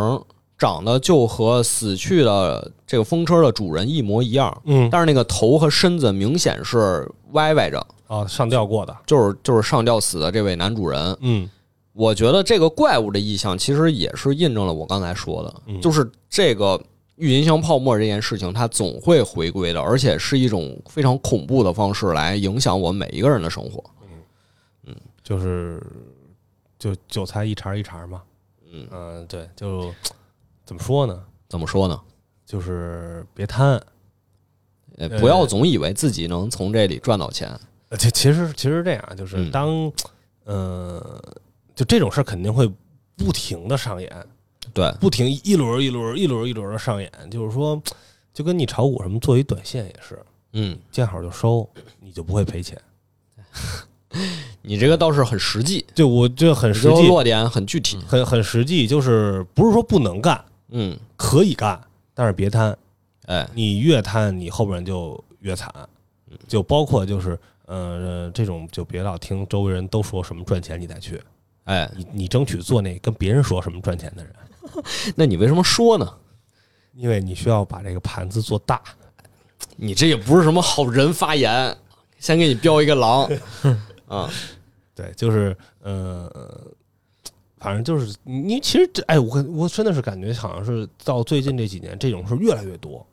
Speaker 1: 长得就和死去的这个风车的主人一模一样，
Speaker 2: 嗯
Speaker 1: 但是那个头和身子明显是歪歪着。
Speaker 2: 啊上吊过的。
Speaker 1: 就是就是上吊死的这位男主人。
Speaker 2: 嗯
Speaker 1: 我觉得这个怪物的意象其实也是印证了我刚才说的，
Speaker 2: 嗯
Speaker 1: 就是这个郁金香泡沫这件事情，它总会回归的，而且是一种非常恐怖的方式来影响我们每一个人的生活。
Speaker 2: 就是就韭菜一茬一茬嘛。
Speaker 1: 嗯
Speaker 2: 嗯、对，就怎么说呢？
Speaker 1: 怎么说呢？
Speaker 2: 就是别贪。
Speaker 1: 呃
Speaker 2: 呃
Speaker 1: 不要总以为自己能从这里赚到钱。
Speaker 2: 呃其其实其实这样，啊就是
Speaker 1: 嗯
Speaker 2: 当嗯、就这种事儿肯定会不停的上演，
Speaker 1: 对，
Speaker 2: 不停一轮一轮一轮一轮的上演。就是说，就跟你炒股什么做一短线也是，
Speaker 1: 嗯，
Speaker 2: 见好就收，你就不会赔钱。
Speaker 1: 你这个倒是很实际，
Speaker 2: 就我这很
Speaker 1: 你
Speaker 2: 实
Speaker 1: 这个
Speaker 2: 际，
Speaker 1: 落点很具体。
Speaker 2: 很很实际，就是不是说不能干，
Speaker 1: 嗯，
Speaker 2: 可以干，但是别贪。
Speaker 1: 哎，
Speaker 2: 你越贪，你后边就越惨。就包括就是，呃，这种就别老听周围人都说什么赚钱你再去，
Speaker 1: 哎，
Speaker 2: 你你争取做那跟别人说什么赚钱的人，
Speaker 1: 那你为什么说呢？
Speaker 2: 因为你需要把这个盘子做大。
Speaker 1: 你这也不是什么好人发言，先给你标一个 狼。啊，
Speaker 2: 对，就是呃，反正就是你其实这哎，我我真的是感觉好像是到最近这几年这种事越来越多，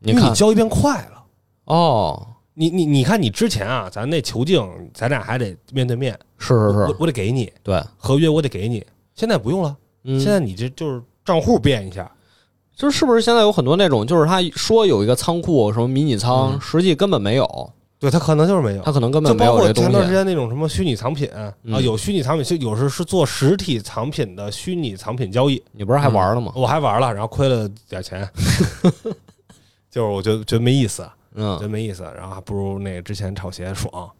Speaker 1: 你
Speaker 2: 因为
Speaker 1: 看
Speaker 2: 你交易变快了。
Speaker 1: 哦，
Speaker 2: 你你你看，你之前啊，咱那球镜，咱俩还得面对面，
Speaker 1: 是是
Speaker 2: 我
Speaker 1: 是，
Speaker 2: 我得给你
Speaker 1: 对，
Speaker 2: 合约，我得给你。现在不用了，
Speaker 1: 嗯，
Speaker 2: 现在你这就是账户变一下，
Speaker 1: 就是不是现在有很多那种，就是他说有一个仓库什么迷你仓，
Speaker 3: 嗯
Speaker 1: 实际根本没有，
Speaker 2: 对他可能就是没有
Speaker 1: 他，可能根
Speaker 2: 就
Speaker 1: 本没
Speaker 2: 包
Speaker 1: 有这
Speaker 2: 括
Speaker 1: 东
Speaker 2: 前段时
Speaker 1: 西。
Speaker 2: 间那种什么虚拟藏品啊，
Speaker 1: 嗯
Speaker 2: 有虚拟藏品，就有时是做实体藏品的虚拟藏品交易，
Speaker 1: 你不是还玩了吗？
Speaker 2: 我还玩了，然后亏了点 钱，就是我觉得觉得没意思，啊觉
Speaker 1: 嗯，
Speaker 2: 得没意思，然后还不如那个之前炒鞋爽。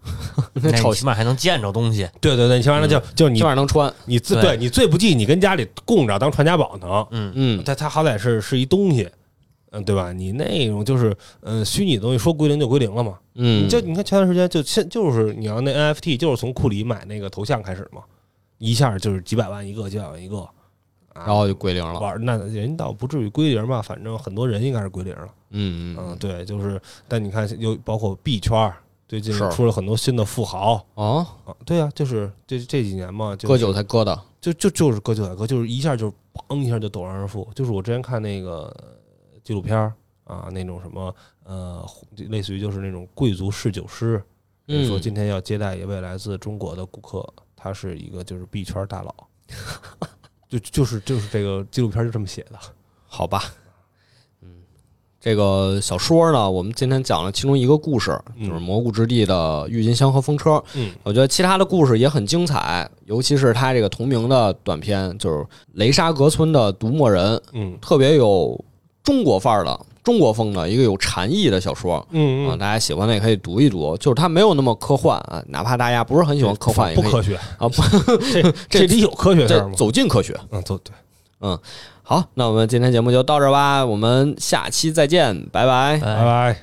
Speaker 3: 那
Speaker 1: 炒
Speaker 3: 你起码还能见着 东西，
Speaker 2: 对对对，你起码那就就你
Speaker 1: 起码能穿。
Speaker 2: 你自
Speaker 3: 对
Speaker 2: 对你最不济，你跟家里供着当传家宝呢。
Speaker 1: 嗯，
Speaker 2: 它它好歹是是一东西，嗯，对吧？你那种就是嗯、呃虚拟的东西，说归零就归零了嘛。
Speaker 1: 嗯，
Speaker 2: 你就你看前段时间就现就是你要那 NFT 就是从库里买那个头像开始嘛，一下就是几百万一个，几百万一个，啊
Speaker 1: 然后就归零了。
Speaker 2: 玩那人倒不至于归零吧，反正很多人应该是归零了。
Speaker 1: 嗯嗯
Speaker 2: 嗯，对，就是，但你看，又包括币圈儿最近
Speaker 1: 是
Speaker 2: 出了很多新的富豪
Speaker 1: 哦，
Speaker 2: 啊，对啊，就是这这几年嘛，就
Speaker 1: 割韭菜割的，
Speaker 2: 就就就是割韭菜割，就是一下就嘣一下就陡然而富。就是我之前看那个呃纪录片儿啊，那种什么呃，类似于就是那种贵族侍酒师，比如说
Speaker 1: 嗯
Speaker 2: 今天要接待一位来自中国的顾客，他是一个就是币圈大佬， 就就是就是这个纪录片就这么写的。
Speaker 1: 好吧，嗯，这个小说呢，我们今天讲了其中一个故事，
Speaker 2: 嗯
Speaker 1: 就是《蘑菇之地》的郁金香和风车。
Speaker 2: 嗯，
Speaker 1: 我觉得其他的故事也很精彩，尤其是他这个同名的短片，就是《雷沙格村的独默人》，
Speaker 2: 嗯
Speaker 1: 特别有中国范儿的、中国风的一个有禅意的小说。
Speaker 2: 嗯
Speaker 1: 啊，大家喜欢的也可以读一读，就是它没有那么科幻啊，哪怕大家不是很喜欢科幻，也
Speaker 2: 不
Speaker 1: 可以
Speaker 2: 科学
Speaker 1: 啊不，
Speaker 2: 这
Speaker 1: 这
Speaker 2: 这里有科学事
Speaker 1: 这
Speaker 2: 儿吗？
Speaker 1: 走进科学。
Speaker 2: 嗯，走对，
Speaker 3: 哎
Speaker 1: 好，那我们今天节目就到这儿吧，我们下期再见，拜拜。
Speaker 2: 哎拜拜。